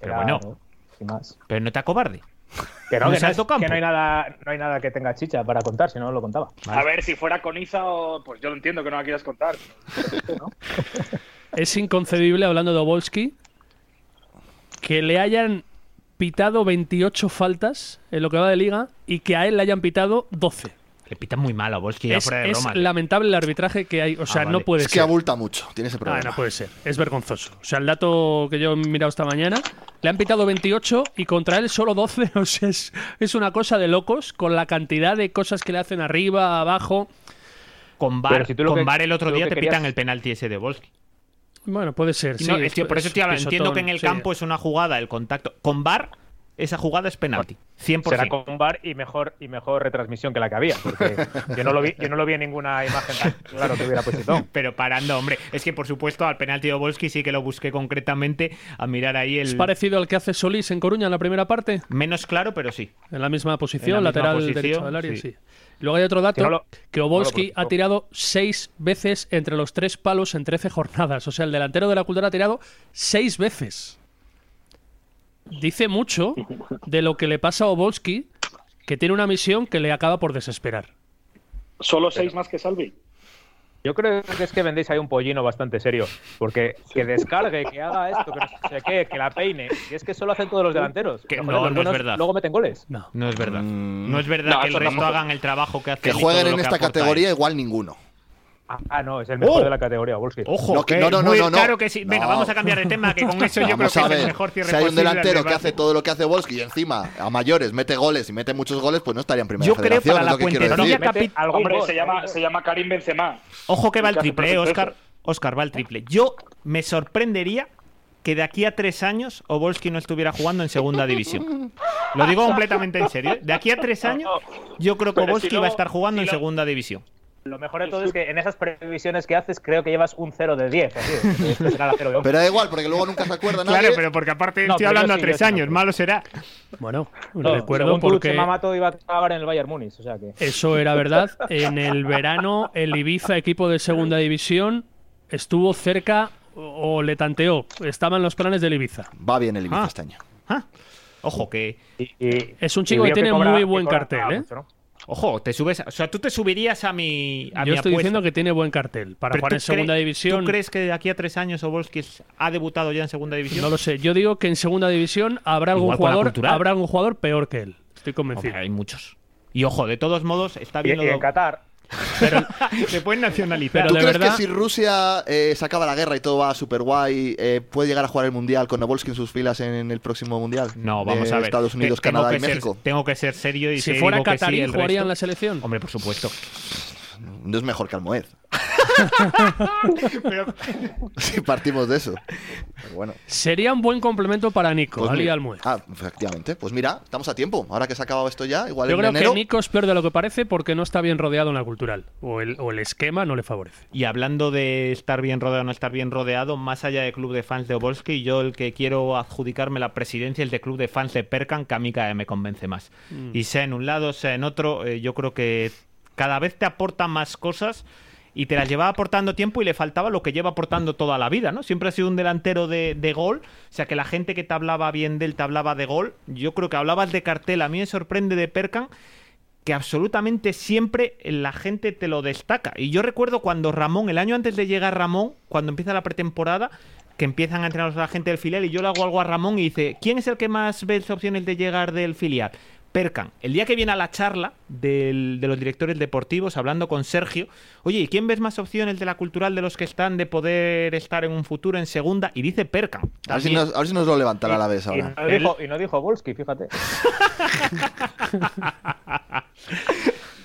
D: Pero bueno.
F: no, sin más.
D: pero no te acobarde.
F: Que no,
D: No
F: que no,
D: seas
F: es-
D: tocampo.
F: que no hay nada, no hay nada que tenga chicha para contar, si no lo contaba.
G: A ver, si fuera con Iza, o- pues yo lo entiendo que no la quieras contar.
E: Es inconcebible, hablando de Obolski, que le hayan pitado 28 faltas en lo que va de liga y que a él le hayan pitado 12.
D: Le pitan muy mal a vos, que ya
E: Es,
D: fuera de
E: es
D: broma. Ah,
E: lamentable el arbitraje que hay. O sea, no
D: vale.
E: puede
C: Es que
E: ser.
C: abulta mucho, tiene ese
E: Ah,
C: problema.
E: no puede ser. Es vergonzoso. O sea, el dato que yo he mirado esta mañana, le han pitado 28 y contra él solo 12. O sea, es, es una cosa de locos con la cantidad de cosas que le hacen arriba, abajo.
D: Con
F: Pero
D: Bar,
F: si tú lo
D: con
F: que-
D: VAR el otro
F: tú lo
D: día
F: que
D: te
F: querías-
D: pitan el penalti ese de Volsky.
E: Bueno, puede ser. Sí,
D: No, es que por eso estoy hablando. Entiendo que en el
E: pisotón, sí.
D: campo es una jugada, el contacto. Con VAR, esa jugada es penalti. 100%.
F: Será con un bar y mejor y mejor retransmisión que la que había,
D: Eh.
F: porque yo no lo vi, yo no lo vi en ninguna imagen tan claro que hubiera puesto.
D: Pero parando, hombre. Es que por supuesto al penalti de Volsky sí que lo busqué concretamente a mirar ahí
E: Es
D: el.
E: parecido al que hace Solís en Coruña en la primera parte,
D: Menos claro, pero sí.
E: en la misma posición,
D: En la misma
E: lateral
D: posición,
E: derecho del área.
D: sí.
E: sí. Luego hay otro dato,
F: Que no lo-
E: que Obolski ha tirado seis veces entre los tres palos en 13 jornadas. O sea, el delantero de la cultura ha tirado seis veces. dice mucho de lo que le pasa a Obolski, que tiene una misión que le acaba por desesperar.
G: Solo seis más que Salvi.
F: Yo creo que es que vendéis ahí un pollino bastante serio, porque que descargue, que haga esto, que no sé qué, que la peine, y es que solo hacen todos los delanteros.
D: Que-
F: Joder,
D: no,
F: los
D: no es
F: buenos
D: verdad.
F: Luego meten goles.
E: No.
D: No es verdad.
C: Mm.
D: No es verdad
G: No,
D: que el
G: eso
D: resto
G: tampoco.
D: hagan el trabajo que hacen.
C: Que
D: y
C: jueguen
D: todo
C: en
D: lo que
C: esta
D: aportáis.
C: categoría igual ninguno.
F: Ah, ah, no, es el mejor
D: ¡Oh!
F: de la categoría, Wolski.
D: Ojo,
C: No, que-
D: que
C: no, no,
D: muy
C: no, no.
D: claro que sí. Venga,
C: No.
D: vamos a cambiar de tema, que con eso yo creo
C: Vamos
D: que
C: a
D: es el
C: ver,
D: mejor cierre
C: si hay un
D: posible al
C: delantero que
D: debate.
C: hace todo lo que hace Volsky y encima a mayores mete goles y mete muchos goles, pues no estaría en primera
D: Yo creo
C: federación,
D: para
C: es
D: la
C: lo que quiero
D: Puentecilla
C: decir.
D: Capi-
F: Mete algún
G: Hombre,
F: gol,
G: se llama,
F: ¿eh?
G: se llama Karim Benzema.
D: Ojo que va el
G: Casi
D: triple, eh,
G: perfecto.
D: Oscar. Oscar va el triple. Yo me sorprendería que de aquí a tres años Obolski no estuviera jugando en segunda división. Lo digo completamente en serio. ¿eh? De aquí a tres años, yo creo que
G: Pero si
D: Obolski va a
G: luego-
D: estar jugando
G: si
D: en
G: lo-
D: segunda división.
F: Lo mejor de todo es que en esas previsiones que haces creo que llevas un 0 de 10. así, esto será la 0 de 11.
C: Pero da igual, porque luego nunca se acuerda nadie.
D: Claro, pero porque aparte
F: No,
D: estoy
F: pero
D: hablando
F: yo
D: a
F: sí,
D: tres
F: yo sí me
D: años,
F: acuerdo.
D: malo será.
E: Bueno,
F: No,
E: recuerdo
F: según tú,
E: porque
F: Chema Mato iba a acabar en el Bayern Múnich, o sea que...
E: eso era verdad. En el verano, el Ibiza, equipo de segunda división, estuvo cerca o o le tanteó. Estaban los planes del Ibiza.
C: Va bien el Ibiza
D: Ah.
C: este año.
D: Ah, Ojo, que.
F: Y- y-
E: Es un chico que
F: vio
E: tiene
F: cobra-
E: muy buen
F: que cobra
E: cartel, ¿eh?
F: mucho, ¿no?
D: Ojo, te subes. a- O sea, tú te subirías a mi. A
E: Yo
D: mi
E: estoy
D: apuesta.
E: diciendo que tiene buen cartel. Para
D: Pero
E: jugar
D: tú
E: en segunda
D: cre-
E: división,
D: ¿Tú crees que de aquí a tres años Obolski ha debutado ya en segunda división?
E: no lo sé. Yo digo que en segunda división habrá algún
D: Igual con la
E: jugador,
D: cultural.
E: habrá algún jugador peor que él.
D: Hombre,
E: Estoy convencido.
D: hay muchos. Y ojo, de todos modos, está
F: Y,
D: bien
F: y
D: lo
F: en Qatar,
D: Se pueden nacionalizar.
E: Pero
C: ¿Tú
E: de
C: crees
E: verdad-
C: que si Rusia eh, se acaba la guerra y todo va super guay, eh, puede llegar a jugar el mundial con Novolsky en sus filas en el próximo mundial?
D: No,
C: De
D: vamos a ver.
C: Estados
D: Te-
C: Unidos,
D: tengo
C: Canadá
D: que
C: y
D: ser-
C: México.
D: Tengo que ser serio y
E: Si
D: te
E: fuera
D: digo que sí,
E: Catarí,
D: el
E: ¿jugaría en la
D: resto-
E: selección?
D: Hombre, por supuesto.
C: No es mejor que Almoed,
D: Pero,
C: si partimos de eso. Pero bueno.
E: Sería un buen complemento para Nico,
C: Pues
E: Ali
C: mira-
E: Almuez.
C: Ah, efectivamente. Pues mira, estamos a tiempo. Ahora que se ha acabado esto ya, igual
E: Yo
C: en
E: creo
C: enero.
E: que Nico es peor de lo que parece porque no está bien rodeado en la cultural. O el, o el esquema no le favorece.
D: y hablando de estar bien rodeado o no estar bien rodeado, más allá del club de fans de Obolski, yo el que quiero adjudicarme la presidencia es el de club de fans de Perkan, que a mí cada vez me convence más. Y sea en un lado, sea en otro, eh, yo creo que cada vez te aporta más cosas y te las llevaba aportando tiempo y le faltaba lo que lleva aportando toda la vida, ¿no? Siempre ha sido un delantero de, de gol, o sea que la gente que te hablaba bien de él te hablaba de gol. Yo creo que hablabas de cartel, a mí me sorprende de Perkan que absolutamente siempre la gente te lo destaca. Y yo recuerdo cuando Ramón, el año antes de llegar Ramón, cuando empieza la pretemporada, que empiezan a entrenar a la gente del filial y yo le hago algo a Ramón y dice, ¿quién es el que más ve opciones de llegar del filial? Percan, el día que viene a la charla del- de los directores deportivos hablando con Sergio, oye, ¿y quién ves más opciones de la cultural de los que están de poder estar en un futuro en segunda? Y dice Percan.
C: A ver, si nos, a ver si nos lo levantará a la vez
F: y
C: ahora.
F: no dijo, y no dijo Volsky, fíjate.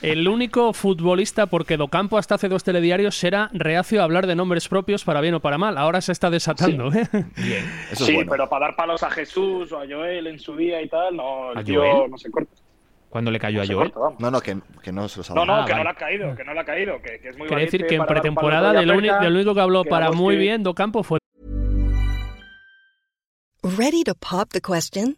E: El único futbolista, porque Docampo hasta hace dos telediarios era reacio a hablar de nombres propios para bien o para mal. Ahora se está desatando. ¿eh?
C: Eso es
G: sí,
C: bueno.
G: pero para dar palos a Jesús o a Joel en su día y tal, no,
D: ¿A
G: el tío
D: Joel?
G: no se corta.
D: Cuando le cayó
G: No,
D: a
G: se
D: Joel.
G: corta, vamos.
C: No, no, que, que no se lo sabe.
G: no, no,
E: Ah,
G: que
E: vale.
G: no le ha caído, que no le ha caído, que, que es muy
E: Quiere decir
G: valiente
E: que en
G: para dar palos a
E: pretemporada del
G: Perkan,
E: uni- del único que habló
G: que
E: para
G: vamos
E: muy
G: que-
E: bien Docampo fue
H: Ready to pop the question?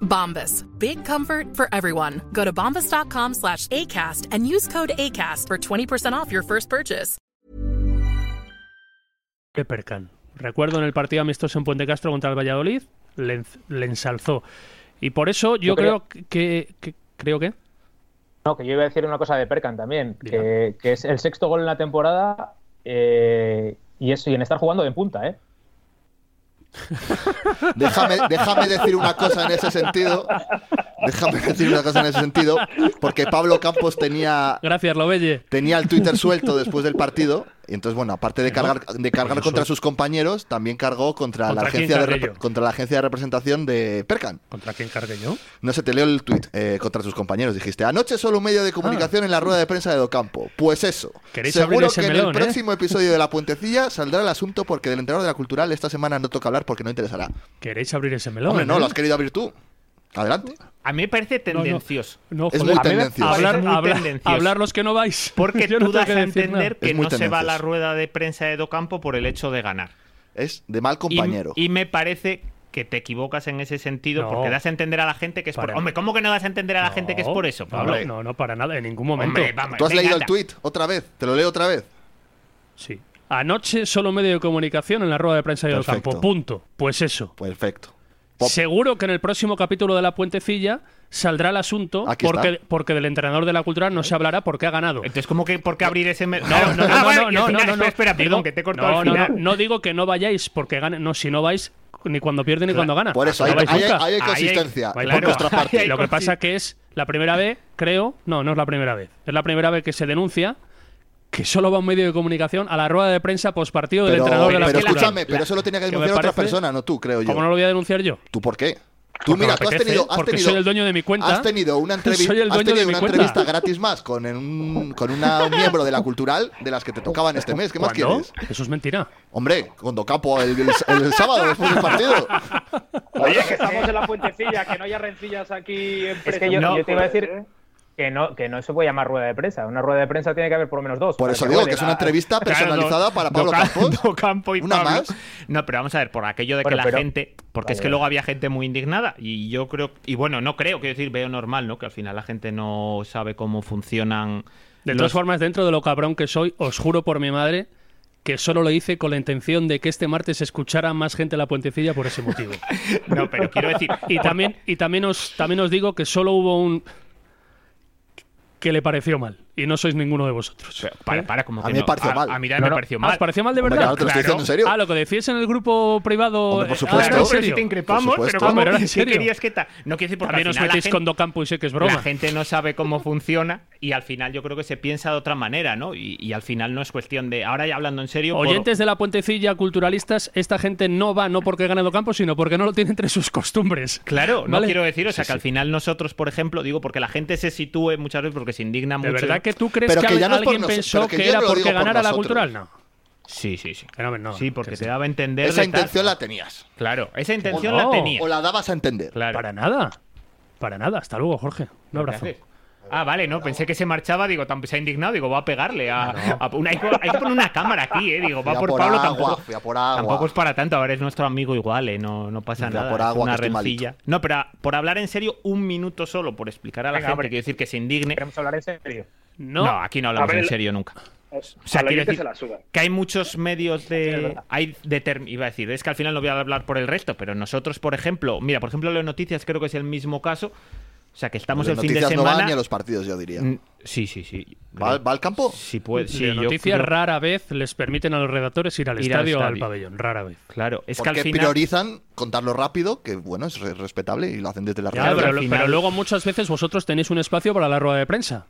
I: Bombas. Big comfort for everyone. Go to bombas.com slash ACAST and use code ACAST for 20% off your first purchase.
E: de Percan. Recuerdo en el partido amistoso en Puente Castro contra el Valladolid, le, enz- le ensalzó. Y por eso yo,
F: Yo creo-
E: creo, que, que- creo que
F: No, que yo iba a decir una cosa de Perkan también, que, que es el sexto gol en la temporada eh, y eso, y en estar jugando de punta, ¿eh?
C: Déjame, déjame decir una cosa en ese sentido. Déjame decir una cosa en ese sentido. Porque Pablo Campos tenía,
E: Gracias, Lobelle.
C: tenía el Twitter suelto después del partido. Y entonces, bueno, aparte de cargar, de cargar
D: Pues
C: contra
D: eso-
C: sus compañeros, también cargó contra,
E: ¿Contra
C: la,
E: quién
C: agencia de
E: cargué
C: repre-
E: yo?
C: contra la agencia de representación de Perkan.
E: ¿Contra quién cargué yo?
C: No sé, te leo el tuit eh, contra sus compañeros. Dijiste, anoche solo un medio de comunicación en la rueda de prensa de Docampo. Pues eso.
E: Ah. ¿Queréis abrir
C: Seguro
E: ese
C: que en
E: melón,
C: el
E: eh?
C: próximo episodio de La Puentecilla saldrá el asunto porque del entrenador de la cultural esta semana no toca hablar porque no interesará.
E: ¿Queréis abrir ese melón?
C: Hombre, no,
E: eh?
C: lo has querido abrir tú. Adelante.
D: A mí me parece
E: No, no.
D: tendencioso.
E: No,
C: Es
E: joder.
C: muy
E: A mí me
C: tendencioso.
E: Hablar,
D: Parece muy
E: hablar-
D: tendencioso.
E: hablar los que no vais.
D: Porque
E: Yo no
D: tú
E: tengo
D: das
E: que
D: a
E: decir nada.
D: entender que
C: Es muy
D: no se va a la
C: tendencioso.
D: rueda de prensa de Docampo por el hecho de ganar.
C: Es de mal
D: Y-
C: compañero.
D: Y, me parece que te equivocas en ese sentido
E: No.
D: porque das a entender a la gente que es por.
E: Para-
D: Hombre, ¿cómo que no das a entender a la gente que es por eso,
E: No,
D: Pablo?
E: No, no, para nada, en ningún momento.
D: Hombre, vamos,
C: ¿Tú has
D: venga,
C: leído el
D: anda.
C: tuit otra vez? ¿Te lo leo otra vez?
E: Sí. Anoche solo medio de comunicación en la rueda de prensa de
C: Perfecto.
E: campo. Punto. Pues eso.
C: Perfecto. Pop.
E: Seguro que en el próximo capítulo de La Puentecilla saldrá el asunto
C: Aquí está.
E: porque, porque del entrenador de la cultural no se hablará porque ha ganado.
D: Entonces, ¿cómo que por qué abrir ese.? me-
E: No, no, no,
D: Eh, Ah, vale,
E: no, no,
D: y al
E: no,
D: final-
E: no, no.
D: Espera, espera,
E: Digo-
D: perdón, que te he cortado
E: no,
D: al
E: no,
D: final.
E: no, no digo que no vayáis porque gane. No, si no vais ni cuando pierde ni cuando gana.
C: Por eso,
E: Ah, No
C: ahí,
E: vais
C: ahí hay-
E: nunca.
C: ahí hay
D: Ahí hay-
C: consistencia.
D: Ahí
C: por
D: claro.
C: nuestra parte.
D: Ahí hay
E: Lo que
D: consi-
E: pasa que es la primera vez, creo, no, no es la primera vez. Es la primera vez que se denuncia que solo va un medio de comunicación a la rueda de prensa postpartido del
C: Pero,
E: entrenador de la
C: pero
E: cultural.
C: escúchame,
E: La-
C: pero eso lo tenía que
E: que me
C: denunciar otra
E: parece-
C: persona, no tú, creo yo.
E: ¿Cómo no lo voy a denunciar yo?
C: ¿Tú por qué? Tú,
E: Porque
C: mira,
E: me
C: tú has
E: apetece,
C: tenido, has
E: porque
C: tenido-
E: soy el dueño de mi cuenta.
C: Has tenido una, entrevista,
E: Soy el
C: has
E: dueño de
C: tenido
E: mi
C: una
E: cuenta.
C: entrevista gratis más con, un, con una- un miembro de la cultural de las que te tocaban este mes. ¿Qué más
E: ¿Cuándo?
C: quieres?
E: Eso es mentira.
C: Hombre, con Docapo el, el, el sábado después del partido.
G: Oye, que estamos en la puentecilla, que no ¿Eh? haya rencillas aquí en
F: Es que yo, yo te iba a decir que no, que no se puede llamar rueda de prensa. Una rueda de prensa tiene que haber por lo menos dos.
C: Por
F: para
C: eso digo
F: huele
C: que es
F: la-
C: una entrevista
D: Claro,
C: personalizada
D: Do-
C: para Pablo
D: Doca-
C: Campos.
D: Docampo y
C: Una
D: Pablo.
C: más.
D: No, pero vamos a ver, por aquello de
F: Bueno,
D: que la
F: pero-
D: gente. Porque es
F: Vale,
D: que
F: vale.
D: luego había gente muy indignada. Y yo creo. Y bueno, no creo, quiero decir, veo normal, ¿no? Que al final la gente no sabe cómo funcionan.
E: De
D: los-
E: todas formas, dentro de lo cabrón que soy, os juro por mi madre que solo lo hice con la intención de que este martes escuchara más gente la puentecilla por ese motivo.
D: No,
E: ¿eh?
D: pero quiero decir.
E: Y también, y también os también os digo que solo hubo un que le pareció mal. Y no sois ninguno de vosotros.
D: Para, para, como
C: A mí
D: que
C: me
D: no.
C: pareció mal.
D: A mí también
E: No,
D: me
E: no.
D: pareció
E: Ah,
D: mal.
E: ¿os pareció mal de
C: Hombre,
E: verdad?
C: claro, te lo estoy diciendo en serio.
E: Ah, lo que decíais en el grupo privado.
C: Hombre, por
E: eh,
C: supuesto.
E: ah, ¿era en
D: Claro, pero si
E: serio?
D: te increpamos,
C: Por supuesto.
D: pero ¿cómo?
E: Ah, pero era en
D: ¿Qué
E: serio.
D: querías que ta- No quiero decir porque
E: También
D: al
E: os
D: final la
E: metéis
D: gente-
E: con Docampo y sé que es broma.
D: La gente no sabe cómo funciona y al final yo creo que se piensa de otra manera, ¿no? Y, y al final no es cuestión de. Ahora ya hablando en serio. por-
E: Oyentes de la puentecilla, culturalistas, esta gente no va no porque gane Docampo, sino porque no lo tiene entre sus costumbres.
D: Claro, no
E: ¿Vale?
D: quiero decir, o sea,
E: Sí,
D: que
E: sí.
D: al final nosotros, por ejemplo, digo, porque la gente se sitúe muchas veces porque se indigna
E: ¿De
D: mucho.
E: verdad que tú crees
C: Pero
E: que,
C: que ya no es por
E: alguien
C: nos-
E: pensó
C: pero
E: que,
C: que yo
E: era
C: no lo
E: porque
C: digo por
E: ganara la
C: nosotros.
E: cultural? No.
D: Sí, sí, sí.
E: Que no, no,
D: sí,
E: que
D: porque
E: sí.
D: te daba a entender.
C: Esa
D: de tal-
C: intención la tenías.
D: Claro, esa intención
E: O no.
D: la tenía.
C: O la dabas a entender.
D: Claro.
E: Oh. Para nada. Para nada. Hasta luego, Jorge. Un abrazo.
D: Gracias. Ah, vale, no, pensé que se marchaba, digo, tan- se ha indignado, digo, va a pegarle
E: Ah,
D: a, a- una- hay, que- hay que poner una cámara aquí, eh, digo, va
C: Fui a
D: por,
C: por
D: Pablo
C: agua,
D: tampoco.
C: fui a por agua.
D: Tampoco es para tanto, ahora es nuestro amigo igual, eh, no, no pasa
C: Fui a
D: nada,
C: por
D: es
C: agua,
D: una
C: que estoy
D: rencilla. No, pero a- por hablar en serio, un minuto solo, por explicar a la
F: Venga,
D: gente,
F: hombre.
D: quiero decir que se indigne.
F: Queremos hablar en serio.
E: No.
D: No, aquí no hablamos
G: A ver,
D: en
G: el-
D: serio nunca.
G: O
D: sea,
G: sea,
D: quiero decir-
G: se la suda.
D: que hay muchos medios de
F: verdad.
D: hay determ- iba a decir es que al final no voy a hablar por el resto pero nosotros por ejemplo mira por ejemplo Leo Noticias creo que es el mismo caso o sea que estamos
C: Las
D: el fin de
C: noticias no van
D: semana
C: ni a los partidos, yo diría.
D: Mm, sí sí sí
C: ¿Va, va al campo?
D: si puede sí,
E: de
D: yo
E: noticias
D: creo-
E: pues rara vez les permiten a los redactores ir al,
D: Ir al
E: estadio o al
D: estadio.
E: pabellón. Rara vez.
D: claro es que al
C: Porque
D: final
C: priorizan contarlo rápido, que bueno, es re- respetable y lo hacen desde la
D: Ya,
C: redacción.
E: pero,
D: al
E: lo-
D: final-
E: pero luego muchas veces vosotros tenéis un espacio para la rueda de prensa.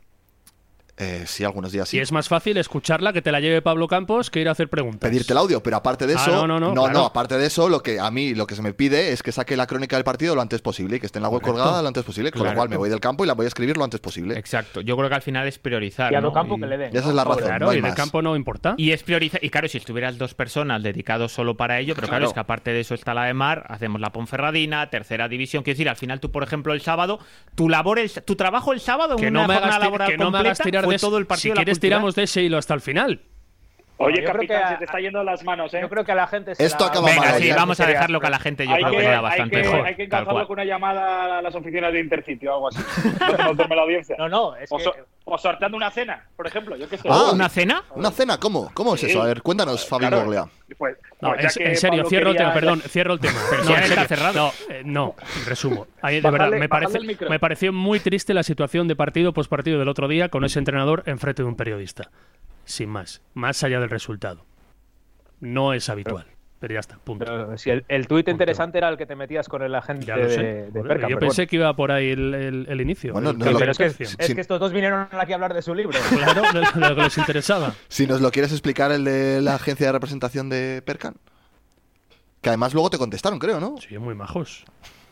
C: Eh, sí, algunos días sí.
E: Y es más fácil escucharla que te la lleve Pablo Campos que ir a hacer preguntas.
C: pedirte el audio, pero aparte de
E: Ah,
C: eso,
E: no, no, no, claro.
C: aparte de eso, lo que a mí lo que se me pide es que saque la crónica del partido lo antes posible y que esté en la web colgada lo antes posible, con lo
D: Claro.
C: cual me voy del campo y la voy a escribir lo antes posible.
D: exacto yo creo que al final es priorizar
F: Y a
D: ¿no?
F: Docampo
D: Y-
F: que le den.
C: Esa es la
F: Pobre.
C: razón.
E: Claro,
C: no hay
E: y del
C: más.
E: campo no importa.
D: Y es priorizar. Y claro, si estuvieras dos personas dedicados solo para ello, pero claro,
C: Claro.
D: es que aparte de eso está la de mar, hacemos la Ponferradina, tercera división. Quiero decir, al final tú, por ejemplo, el sábado, tu labor, el, tu trabajo el sábado en
E: que
D: una
E: no me
D: jornada
E: hagas, ti-
D: laboral
E: que no me hagas
D: completa
E: tirar
D: fue
E: de ese-
D: todo el
E: Si
D: partido. de la
E: quieres
D: cultural.
E: tiramos de ese hilo hasta el final.
F: Yo
G: Oye,
F: creo
G: capitán,
F: que a-
G: se te está yendo las manos, ¿eh?
F: Yo creo que a la gente se
C: Esto
F: la-
C: acaba
D: Venga,
C: mal,
D: sí,
C: ya.
D: vamos a dejarlo que a la gente yo
G: hay
D: creo que,
G: que,
D: le da
G: hay
D: bastante
G: que-
D: mejor.
G: hay
D: tal
G: que encauzarlo
D: cual.
G: con una llamada a las oficinas de Intercity o algo así. No tenemos que la audiencia.
F: No, no, es
G: o,
F: que...
G: so- o sorteando una cena, por ejemplo. Yo qué sé.
C: Ah,
D: ¿Una cena?
C: ¿Una cena? ¿Cómo? ¿Cómo es
G: Sí.
C: eso? A ver, cuéntanos, Fabián
G: Claro,
C: Goglea.
G: pues-
E: No,
G: pues ya
E: en,
G: que
E: en serio,
G: Pablo
E: cierro el
G: quería-
E: tema, perdón, cierro el tema.
D: si
E: no,
D: ahora
E: en
D: está
E: serio.
D: cerrado.
E: No, eh, no, resumo. Ahí, de
G: Bájale-
E: verdad, me,
G: bájale
E: parece,
G: el micro.
E: me pareció muy triste la situación de partido post partido del otro día con ese entrenador enfrente de un periodista. Sin más, más allá del resultado. No es habitual. Pero ya está, punto.
F: Pero si el, el tuit interesante era el que te metías con el agente
E: Ya lo sé.
F: de, de
E: Joder,
F: Perkham,
E: yo
F: pero
E: pensé
F: bueno.
E: que iba por ahí el, el- el inicio.
C: Bueno,
E: el
C: no lo-
E: cambio
C: Pero
E: de
C: es que-
E: tercio.
F: Es que estos dos vinieron aquí a hablar de su libro.
E: Claro, de- de lo que les interesaba.
C: Si nos lo quieres explicar el de la agencia de representación de Percan. Que además luego te contestaron, creo, ¿no?
E: Sí, muy majos.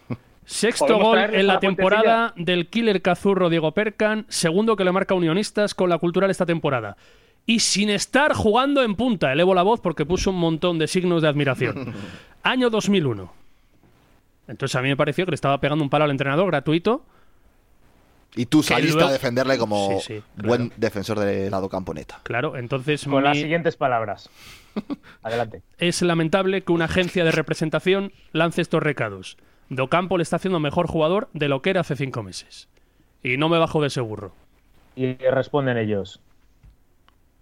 E: Sexto
G: ¿Podemos
E: gol
G: traerles
E: en
G: a
E: la
G: la
E: temporada del killer cazurro Diego Percan, segundo que le marca Unionistas con la cultural esta temporada. Y sin estar jugando en punta, elevo la voz porque puso un montón de signos de admiración. Año 2001. Entonces a mí me pareció que le estaba pegando un palo al entrenador gratuito.
C: Y tú
E: Que
C: saliste
E: luego-
C: a defenderle como
E: Sí, sí, claro.
C: buen defensor de lado camponeta.
E: Claro, entonces
F: Con las
E: mi-
F: siguientes palabras. Adelante.
E: es lamentable que una agencia de representación lance estos recados. Docampo le está haciendo mejor jugador de lo que era hace cinco meses. Y no me bajo de ese burro.
F: Y responden ellos.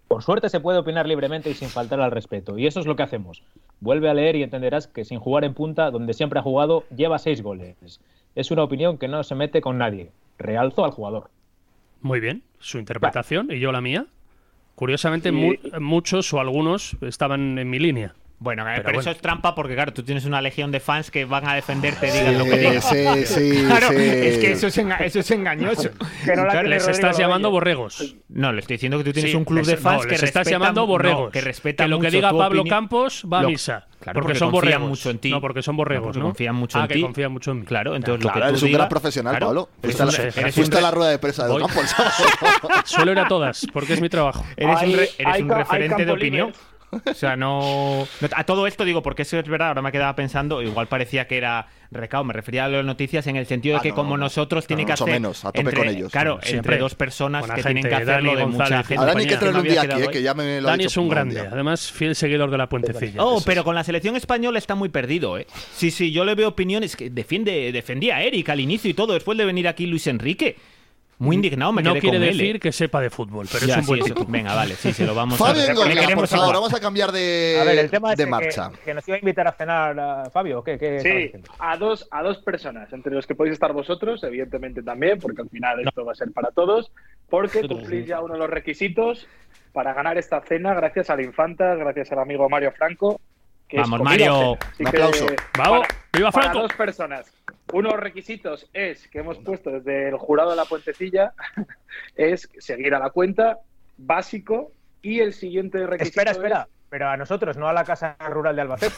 F: Por suerte se puede opinar libremente y sin faltar al respeto. Y eso es lo que hacemos. Vuelve a leer y entenderás que sin jugar en punta, donde siempre ha jugado, lleva seis goles. Es una opinión que no se mete con nadie. Realzo al jugador.
E: Muy bien, su interpretación y yo la mía. Curiosamente, mu- muchos o algunos estaban en mi línea.
D: Bueno, eh, pero,
E: bueno.
D: eso es trampa porque, claro, tú tienes una legión de fans que van a defenderte, digan lo que
C: Sí,
D: digan.
C: Eh, sí, sí.
D: Claro,
C: sí.
D: es que eso es, enga- eso es engañoso.
G: Que no
D: Claro,
G: la tiene
E: Les
G: Rodrigo
E: estás
G: Lobato.
E: llamando borregos.
D: No, le estoy diciendo que tú tienes
E: Sí,
D: un club
E: les-
D: de fans
E: no,
D: que
E: les estás
D: respeta-
E: llamando
D: no,
E: borregos.
D: que respeta
E: lo que
D: mucho
E: diga
D: tu
E: Pablo
D: opinión.
E: Campos va a
D: Lo-
E: misa.
D: Claro,
E: porque,
D: porque
E: son
D: confían
E: borregos.
D: mucho en ti.
E: No, porque son borregos,
D: Porque
E: ¿no?
D: confían mucho
E: Ah,
D: en
E: que
D: ti.
E: confían mucho en mí.
D: Claro, entonces lo
C: Claro,
D: que tú
C: eres un
D: digas-
C: gran profesional,
D: claro,
C: Pablo.
D: eres
C: Fuiste, a la,
D: un- eres un-
C: fuiste a la rueda de prensa de
E: Voy.
C: campo el sábado.
E: Suelo ir a todas, porque es mi trabajo.
D: Eres
G: Hay-
D: un, re- eres
G: hay
D: un
G: ca- hay
D: referente de
G: campo
D: opinión. O sea, no, no- A todo esto digo, porque eso es verdad, ahora me quedaba pensando, igual parecía que era recao, me refería a las noticias en el sentido
C: Ah,
D: de que
C: no,
D: como
C: no.
D: nosotros tiene
C: No,
D: que
C: mucho
D: hacer...
C: menos, a tope
D: entre-
C: con ellos.
D: Claro,
E: Siempre.
D: entre dos personas
E: Buena
D: que
E: gente,
D: tienen que hacerlo
E: Dani
D: de mucha
E: González.
D: gente.
C: Ahora ni
D: compañía,
C: que traerle
D: no
C: un
D: había
C: día aquí,
D: quedado
C: eh, que
D: ahí.
C: ya me lo ha
E: Dani
C: dicho
E: es un
C: Pablo
E: grande,
C: día.
E: además fiel seguidor de la puentecilla.
D: Oh,
E: Eso
D: pero con la selección española está muy perdido, ¿eh? Sí, sí, yo le veo opiniones que defiende, defendía a Eric al inicio y todo, después de venir aquí Luis Enrique. Muy indignado, me
E: no
D: quedé
E: quiere
D: con él,
E: decir
D: ¿eh?
E: que sepa de fútbol, pero
D: Ya,
E: es un buen
D: sí, eso.
E: tipo.
D: Venga, vale, sí, se lo vamos a...
C: Fabio
D: le
C: Engogla, por
D: queremos
C: favor,
D: hablar.
C: vamos a cambiar de,
F: A ver, el tema es
C: de
F: que-
C: marcha.
F: Que, nos iba a invitar a cenar a Fabio, ¿o qué? ¿Qué estaba
G: Sí,
F: diciendo?
G: a dos, a dos personas, entre los que podéis estar vosotros, evidentemente también, porque al final esto va a ser para todos, porque cumplís ya uno de los requisitos para ganar esta cena, gracias a la Infanta, gracias al amigo Mario Franco. Que es
D: Vamos,
G: comida
D: Mario.
G: o cena. Así
C: Un aplauso.
E: Vamos,
G: para-
E: viva
G: para
E: Franco.
G: dos personas. Uno de los requisitos es que hemos puesto desde el jurado de la puentecilla es seguir a la cuenta básico y el siguiente requisito
F: Espera,
G: es-
F: espera. Pero a nosotros, no a la Casa Rural de Albacete.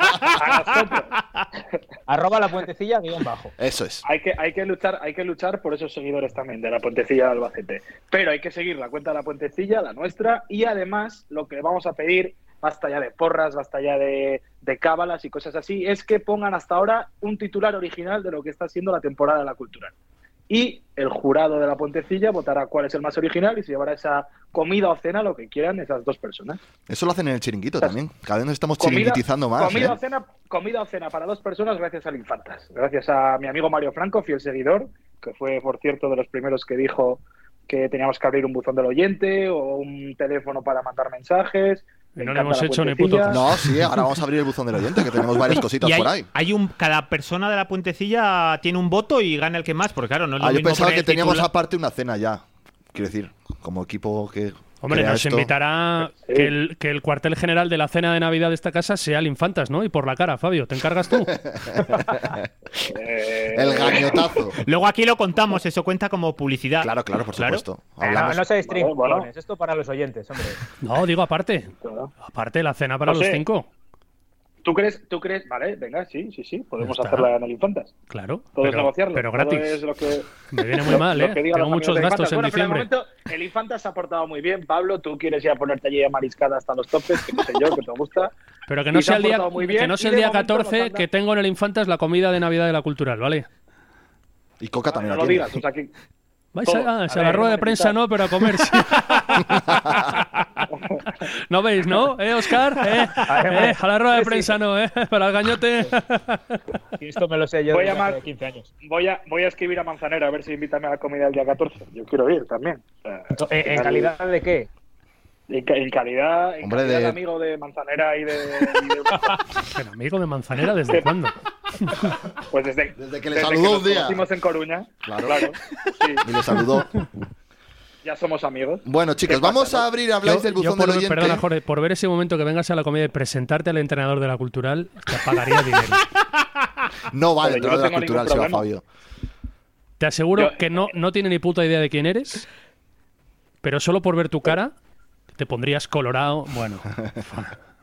G: a nosotros.
F: Arroba la puentecilla guión bajo.
C: Eso es.
G: Hay que, hay que luchar, hay que luchar por esos seguidores también de la Puentecilla de Albacete. Pero hay que seguir la cuenta de la Puentecilla, la nuestra, y además lo que vamos a pedir, basta ya de porras, basta ya de, de cábalas y cosas así, es que pongan hasta ahora un titular original de lo que está siendo la temporada de la cultural. Y el jurado de la Puentecilla votará cuál es el más original y se llevará esa comida o cena, lo que quieran esas dos personas.
C: Eso lo hacen en el chiringuito
F: Pues,
C: también. Cada vez nos estamos chiringuitizando más.
G: comida
C: ¿eh?
G: o cena, comida o cena para dos personas gracias al Infantas. Gracias a mi amigo Mario Franco, fiel seguidor, que fue, por cierto, de los primeros que dijo que teníamos que abrir un buzón del oyente o un teléfono para mandar mensajes.
E: Y
G: Le
E: no le
G: encanta
E: hemos
G: la
E: hecho ni
G: puentecilla.
E: puto caso.
C: No, sí, ahora vamos a abrir el buzón del oyente, que tenemos varias cositas
D: Y hay,
C: por ahí.
D: hay un cada persona de la puentecilla tiene un voto y gana el que más, porque claro, no es lo
C: Ah, yo
D: mismo
C: pensaba
D: poner
C: que
D: el
C: teníamos
D: titular-
C: aparte una cena ya. Quiero decir, como equipo que.
E: Hombre,
C: crea
E: nos
C: esto. Eh.
E: invitará que el, que el cuartel general de la cena de Navidad de esta casa sea el Infantas, ¿no? Y por la cara, Fabio, ¿te encargas tú?
G: Eh,
C: El gañotazo.
D: Luego aquí lo contamos, eso cuenta como publicidad.
C: Claro, claro, por supuesto.
F: Eh, No,
C: Hablamos.
F: no seáis
G: Bueno,
F: trincones,
G: bueno.
F: esto para los oyentes, hombre.
E: No, digo aparte.
G: claro.
E: Aparte, la cena para
G: No
E: los
G: sé.
E: cinco.
G: ¿Tú crees? ¿Tú crees? Vale, venga, sí, sí, sí, podemos
E: Ya está.
G: hacerla en el Infantas.
E: Claro.
G: Todo es
E: pero,
G: negociarlo.
E: pero
G: todo
E: gratis.
G: es lo que-
E: Me viene muy
G: lo-
E: mal,
G: lo
E: ¿eh?
G: que digan
E: Tengo
G: los
E: muchos
G: amigos de
E: gastos en
G: Infantas. Bueno,
E: diciembre.
G: pero de momento, el Infanta se ha portado muy bien. Pablo, tú quieres ya ponerte allí a mariscada hasta los topes, que no sé yo, que te gusta.
E: Pero que
G: y
E: no
G: se
E: sea el
G: han
E: día,
G: portado muy
E: que
G: bien,
E: no sea
G: y
E: el
G: de
E: día
G: momento nos
E: 14
G: han dado-
E: que tengo en el Infantas la comida de Navidad de la Cultural, ¿vale?
C: Y Coca
G: Vale,
C: también
G: no
C: la
G: lo
C: tiene.
G: digas, o sea que-
E: Vais
G: Todo.
E: a,
G: A
E: a la
G: ver,
E: rueda de
G: vamos a
E: prensa
G: quitar.
E: no, pero a comer sí. ¿No veis, no? ¿Eh, Oscar? ¿Eh? ¿Eh? A la rueda de prensa no, ¿eh? Para el gañote.
F: Y Esto me lo sé yo
G: Voy a
F: desde
G: llamar-
F: hace 15 años.
G: Voy a, voy a escribir a Manzanera a ver si invítame a la comida el día 14. Yo quiero ir también. O sea,
F: Eh, ¿En calidad de qué?
G: En, ca- en calidad, en
C: Hombre,
G: calidad
C: de-
G: de amigo de Manzanera y de. y de-
E: Pero amigo de Manzanera, ¿desde cuándo?
G: pues desde,
C: Desde que le saludó
G: nos
C: un día.
G: conocimos en Coruña.
C: Claro.
G: Claro. sí.
C: Y le saludó.
G: Ya somos amigos.
C: Bueno, chicos,
G: ¿Qué pasa,
C: vamos
G: no?
C: a abrir, habláis del buzón
E: por,
C: del oyente.
E: Perdona, Jorge, por ver ese momento que vengas a la comida y presentarte al entrenador de la cultural, te pagaría dinero.
C: No vale,
E: Pero
C: todo
E: yo no
C: de la
E: tengo
C: cultural se
E: ningún
C: va
E: problema.
C: Fabio.
E: Te aseguro
D: Yo-
E: que no, no tiene ni puta idea de quién eres, pero solo por ver tu cara te pondrías colorado. Bueno,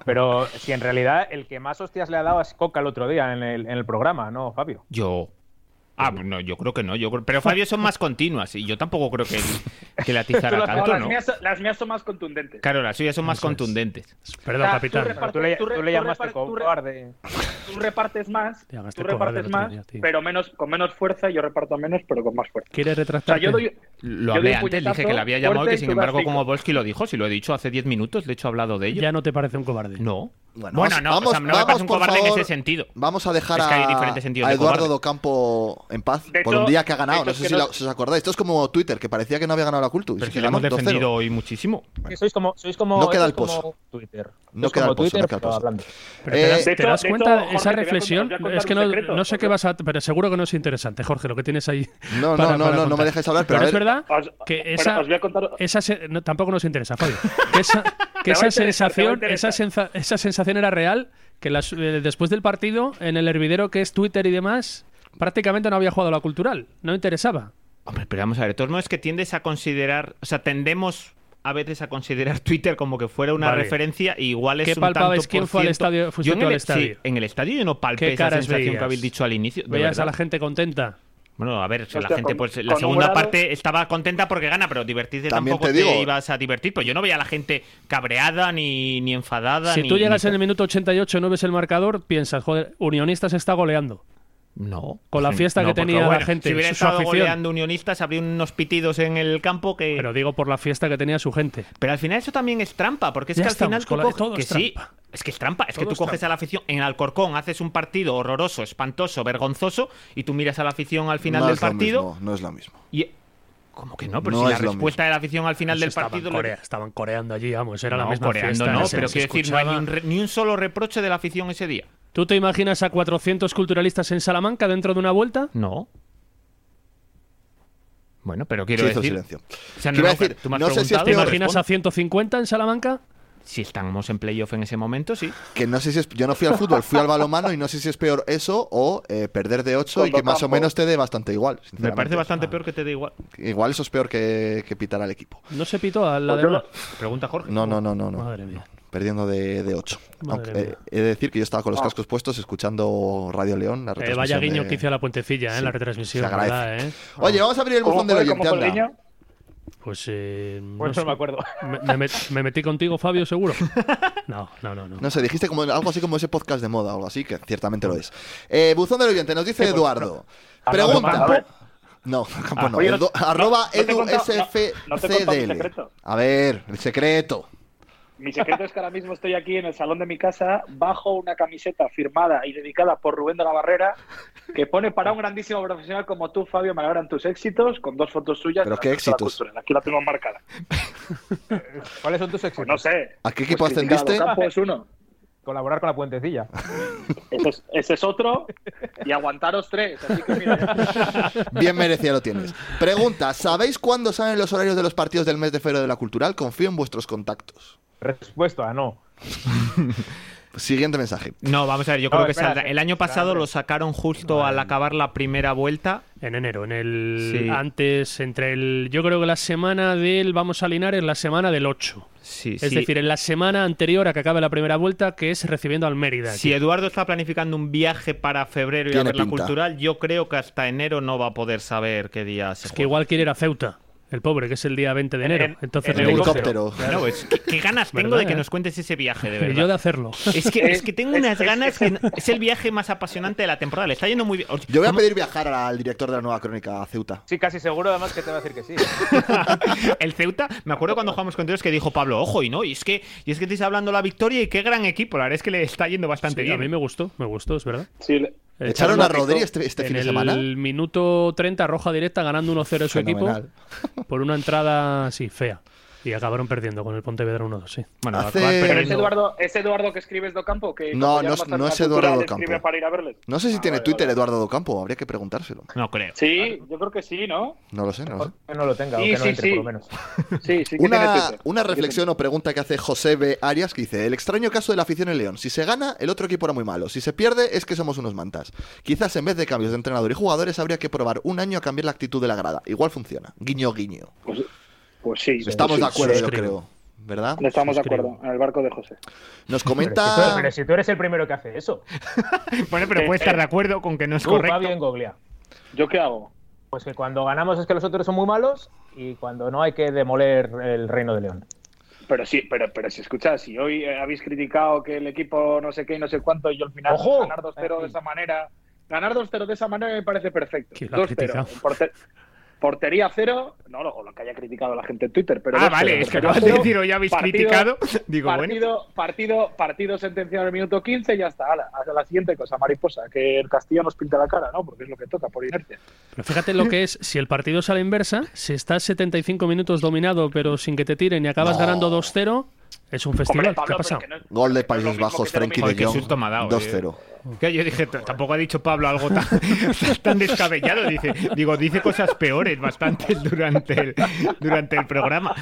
F: Pero si en realidad el que más hostias le ha dado es Coca el otro día en el, en el programa, ¿no, Fabio?
D: Yo. Ah, pues no, yo creo que no. Yo creo- Pero Fabio son más continuas y yo tampoco creo que, que le
G: Tú
D: atizara
G: las-
D: tanto,
G: las,
D: ¿no?
G: mías, las mías son más contundentes.
D: Claro, las suyas son más contundentes.
E: Perdón,
G: Ah,
E: capitán.
G: tú reparte-
F: Tú le,
G: tú re-
F: tú le
G: tú
F: llamaste
G: repar- tú re-
F: cobarde.
G: Tú repartes más,
E: Te llamaste
G: tú
E: cobarde el
G: repartes
E: otro
G: más,
E: día, tío.
G: pero menos, con menos fuerza. Yo reparto menos, pero con más fuerza.
E: ¿Quieres
G: O sea,
E: retractarte?
G: yo doy,
D: Lo
G: Yo doy
D: hablé
G: un
D: antes, le dije
G: puñetazo
D: que le había llamado y
G: fuerte
D: que,
G: y
D: sin
G: tú das
D: embargo,
G: cinco.
D: como Volsky lo dijo, si lo he dicho hace 10 minutos, de hecho he hablado de ello.
E: ya no te parece un cobarde.
D: No.
C: Bueno,
D: Bueno,
C: vamos-
D: no, o sea,
C: vamos-
D: no me
C: vamos,
D: parece un
C: por
D: cobarde
C: favor.
D: en ese sentido.
C: Vamos a dejar
D: Es que hay
C: a-
D: diferentes sentidos
C: a
D: de
C: Eduardo
D: cobarde.
C: Docampo en paz
G: De
C: por
G: hecho-
C: un día que ha ganado.
G: de
C: No
G: hecho,
C: sé
G: es
C: si,
G: que
C: la-
G: no-
C: si os acordáis. Esto es como Twitter, que parecía que no había ganado la Cultu. y
D: Pero
C: se
D: que lo hemos
C: ganó 2-0.
D: defendido hoy muchísimo.
F: Que Sois como, sois como,
C: No queda el
F: sois como
C: pozo.
F: Twitter.
C: No
F: Sois
C: queda
F: como
C: el pozo,
F: Twitter,
C: no queda el
F: pero
C: pozo.
F: hablando.
E: Pero te
C: Eh,
E: das,
G: de
E: te
G: hecho-
E: das
G: de
E: cuenta
G: hecho, Jorge,
E: de esa
G: te voy a
E: reflexión.
G: contar- te voy a
E: es que no,
G: contar un secreto,
E: no sé qué
G: Jorge.
E: vas a. Pero seguro que no es interesante, Jorge, lo que tienes ahí.
C: No, no, no,
E: para- para
C: no, no
E: contar.
C: me dejes hablar, pero a
E: es
C: ver.
E: verdad
G: Os-
E: que
G: pero
E: esa.
G: os voy a contar-
E: esa se- no, tampoco nos interesa, Fabio. Que esa, que
G: Te va
E: esa
G: a interesar, te va a
E: sensación, esa,
G: interesar.
E: sensa- esa sensación era real. Que las- eh, después del partido, en el hervidero que es Twitter y demás, prácticamente no había jugado la cultural. No interesaba.
D: Hombre, pero vamos a ver, de todos modos que tiendes a considerar, o sea, tendemos a veces a considerar Twitter como que fuera una
E: Vale.
D: referencia y igual es
E: ¿Qué
D: un
E: palpabais?
D: tanto por
E: ¿Quién fue al
D: ciento-
E: estadio? ¿Fuiste
D: Yo en
E: tú
D: el,
E: al estadio?
D: sí, en el estadio yo no palpé
E: ¿Qué
D: esa
E: caras
D: sensación
E: veías?
D: que habéis dicho al inicio. de
E: Veías a
D: verdad.
E: la gente contenta.
D: Bueno, a ver,
G: Hostia,
D: la gente
G: con-
D: pues la
G: con
D: segunda
G: Urano-
D: parte estaba contenta porque gana, pero divertirte
C: También
D: tampoco
C: te digo-
D: ibas a divertir. Pues yo no veía a la gente cabreada ni, ni enfadada.
E: Si
D: ni-
E: tú llegas
D: ni-
E: en el minuto 88 y no ves el marcador, piensas, joder, Unionistas está goleando.
D: No.
E: Con la fiesta que
D: porque,
E: tenía la
D: bueno,
E: gente,
D: Si hubiera
E: su- su
D: estado
E: afición.
D: goleando unionistas, habría unos pitidos en el campo que.
E: Pero digo por la fiesta que tenía su gente.
D: Pero al final eso también es trampa, porque es
E: Ya
D: que al
E: estamos
D: final tú
E: con la de
D: coges...
E: todo
D: que
E: es
D: sí,
E: trampa.
D: es que es trampa, es que
E: Todo
D: tú
E: es
D: coges
E: trampa.
D: a la afición en Alcorcón, haces un partido horroroso, espantoso, vergonzoso y tú miras a la afición al final
C: no
D: del
C: es lo
D: partido
C: mismo, no es lo mismo.
D: y ¿Cómo que no? Pero
C: No
D: si la
C: es lo
D: respuesta de la afición al final
E: Eso
D: del
E: Pues estaban
D: partido lo-
E: corea- estaban coreando allí, vamos, era la
D: No,
E: misma
D: coreando
E: fiesta,
D: no,
E: se
D: pero
E: les
D: quiero decir, no hay ni
E: escuchaba.
D: un, re- ni un solo reproche de la afición ese día.
E: ¿Tú te imaginas a 400 culturalistas en Salamanca dentro de una vuelta?
D: No. Bueno, pero quiero
C: Sí, hizo
D: decir,
C: silencio.
D: o sea,
C: ¿Qué
D: no,
C: iba a
D: no, pero
C: decir?
D: tú me has
C: No sé si es
D: preguntado,
E: ¿Te
C: peor.
D: respondo.
E: imaginas a 150 en Salamanca?
D: si estamos en playoff en ese momento, sí.
C: Que no sé si es, yo no fui al fútbol, fui al balonmano y no sé si es peor eso o eh, perder de 8 y
G: Con
C: que más o
G: Docampo.
C: menos te dé bastante igual.
D: Me parece
C: sinceramente.
D: bastante
E: Ah.
D: peor que te dé igual.
C: Igual eso es peor que, que pitar al equipo.
E: No se pitó a la
G: Pues
E: de...
G: yo lo-
D: Pregunta Jorge.
C: No, no, no, no. no.
E: Madre mía.
C: Perdiendo de, de 8.
E: Madre mía.
C: he de decir que yo estaba con
G: Ah.
C: los cascos puestos escuchando Radio León. La
E: Eh, vaya
C: retransmisión
E: guiño
C: de-
E: que hice a la puentecilla, ¿eh? en la retransmisión,
C: se agradece.
E: ¿verdad? eh?
C: Oye, vamos a abrir el
G: ¿Cómo
C: buzón del
G: fue? ¿Cómo
C: oyente,
G: fue el
C: anda.
G: niño?
E: Pues... eh, no
F: Pues
E: sé.
F: no me acuerdo.
E: Me, me met- me metí contigo, Fabio, seguro. No, no, no, no.
C: No sé, dijiste como algo así como ese podcast de moda o algo así, que ciertamente lo es. Eh, buzón del oyente, nos dice
G: pues,
C: Eduardo. Ah,
G: A
C: Pregunta.
G: ver.
C: No, campo no.
G: Ah, Oye, no-
C: Edu-
G: no-
C: arroba
G: no te he
C: edu
G: contado-
C: SFCDL.
G: no- no te he contado mi secreto.
C: A ver, el secreto.
G: Mi secreto es que ahora mismo estoy aquí en el salón de mi casa bajo una camiseta firmada y dedicada por Rubén de la Barrera que pone para un grandísimo profesional como tú, Fabio, me alegran tus éxitos con dos fotos suyas.
C: ¿Pero
G: de la
C: qué
G: Casa de la
C: éxitos?
G: Cultura. Aquí la tengo marcada.
F: ¿Cuáles son tus éxitos?
G: Pues no sé.
C: ¿A qué equipo
G: Pues criticar
C: ascendiste?
G: Docampo es uno.
F: Colaborar con la puentecilla.
G: Ese es, ese es otro. Y aguantaros tres. Así que mira.
C: Bien merecido lo tienes. Pregunta, ¿sabéis cuándo salen los horarios de los partidos del mes de febrero de la cultural? Confío en vuestros contactos.
F: Respuesta, no.
C: Siguiente mensaje.
D: No, vamos a ver, yo
F: No,
D: creo que
F: espera,
D: saldrá.
F: espera,
D: El año
F: espera,
D: pasado
F: hombre.
D: lo sacaron justo al acabar la primera vuelta.
E: En enero, en el
D: Sí.
E: antes, entre el. Yo creo que la semana del Vamos a Linares, la semana del 8.
D: Sí,
E: Es
D: sí.
E: decir, en la semana anterior a que acabe la primera vuelta, que es recibiendo al Mérida.
D: si Eduardo está planificando un viaje para febrero y a
C: Tiene
D: ver la
C: pinta.
D: cultural, yo creo que hasta enero no va a poder saber qué día se
E: es que
D: juega.
E: igual quiere ir a Ceuta, el pobre, que es el día 20 de enero.
F: En-
E: Entonces
C: en
E: le urge.
C: helicóptero.
D: Claro, es- ¿qué, qué ganas tengo
E: ¿Verdad,
D: de que
E: eh?
D: nos cuentes ese viaje, de
E: Y yo de
D: verdad.
E: hacerlo.
D: Es que, es que tengo
G: Es-
D: unas
G: es-
D: ganas que es el viaje más apasionante de la temporada. Le está yendo muy bien. Oye,
C: Yo voy a
D: ¿cómo-
C: pedir viajar al director de la nueva crónica a Ceuta.
F: Sí, casi seguro además que te va a decir que sí.
D: el Ceuta, me acuerdo cuando jugamos con ellos que dijo Pablo, ojo, y no, y es que, y es que estáis hablando la victoria y qué gran equipo. La verdad es que le está yendo bastante
E: Sí, a
D: bien.
E: mí me gustó, me gustó, es verdad.
G: Sí, le-
C: ¿Echaron a Rodri este, este
E: en
C: fin de
E: el
C: semana?
E: minuto 30, roja directa, ganando 1-0 su
C: Fenomenal.
E: equipo. Por una entrada, sí, fea. Y acabaron perdiendo con el Pontevedra 1-2, sí.
D: Bueno,
C: Hace-
D: acabar
G: Pero es
D: perdiendo-
G: Eduardo, es Eduardo que escribes do campo que
C: Eh, No,
G: como
C: no,
G: ya
C: es-
G: más
C: no es
G: alternativa
C: Eduardo
G: le
C: do Campo.
G: escribe para ir a verles.
C: No sé si
G: Ah,
C: tiene
G: vale,
C: Twitter
G: vale.
C: Eduardo Docampo, habría que preguntárselo.
D: No creo.
G: Sí, yo creo que sí, ¿no?
C: No lo sé, no lo sé.
F: Que no lo tenga, o
G: Sí,
F: que no
G: sí,
F: entre,
G: sí.
F: por lo menos.
G: Sí, sí que tiene
C: Una,
G: Twitter.
C: una
G: Sí que
C: reflexión o pregunta que hace José B. Arias que dice: El extraño caso de la afición en León. Si se gana, el otro equipo era muy malo. Si se pierde, es que somos unos mantas. Quizás en vez de cambios de entrenador y jugadores, habría que probar un año a cambiar la actitud de la grada. Igual funciona. Guiño, guiño.
G: tiene. Pues, pues sí.
C: Estamos
G: sí,
C: de acuerdo, yo
E: suscribo.
C: creo. ¿Verdad?
G: No estamos de
E: Suscribo.
G: acuerdo en el barco de José.
C: Nos
F: Pero, si tú,
C: comenta.
F: pero si tú eres el primero que hace eso. Eh,
D: Bueno, pero puede estar de acuerdo con que no es
F: Tú,
D: correcto.
F: Fabio Goglia.
G: ¿Yo qué hago?
F: Pues que cuando ganamos es que los otros son muy malos y cuando no hay que demoler el Reino de León.
G: Pero sí, pero, pero si escuchas, si hoy eh, habéis criticado que el equipo no sé qué y no sé cuánto, y yo al final
F: ¡Ojo!
G: ganar 2-0 de esa manera, ganar 2-0 de esa manera me parece perfecto.
E: ¿Quién lo ha
G: 2-0.
E: criticado?
G: Porte- portería cero, no lo, lo que haya criticado la gente en Twitter, pero.
D: Ah,
G: 2-0,
D: vale, es que
G: portería
D: acabas de
G: cero,
D: decir, hoy habéis
G: partido-
D: criticado. Digo, bueno.
G: partido, partido, partido sentenciado en el minuto 15 y ya está. Ala, hasta la siguiente cosa, mariposa, que el Castillo nos pinta la cara, ¿no? Porque es lo que toca, por inercia.
E: Pero fíjate lo que es, si el partido sale inversa, si estás 75 minutos dominado pero sin que te tiren y acabas
C: No.
E: ganando 2-0, es un festival.
G: Hombre, Pablo,
E: Pues, ¿Qué ha
G: pero
E: pasado?
G: que no es-
C: Gol de
G: que no es lo
C: Países
G: mismo
C: Bajos,
G: que te lo
C: Frenkie
G: mismo.
D: Joder,
C: de
D: qué
C: Jong.
D: susto me ha dado, eh.
C: 2-0.
D: Que yo dije, t- tampoco ha dicho Pablo algo tan, tan descabellado. Dice, digo, dice cosas peores bastantes durante el, durante el programa.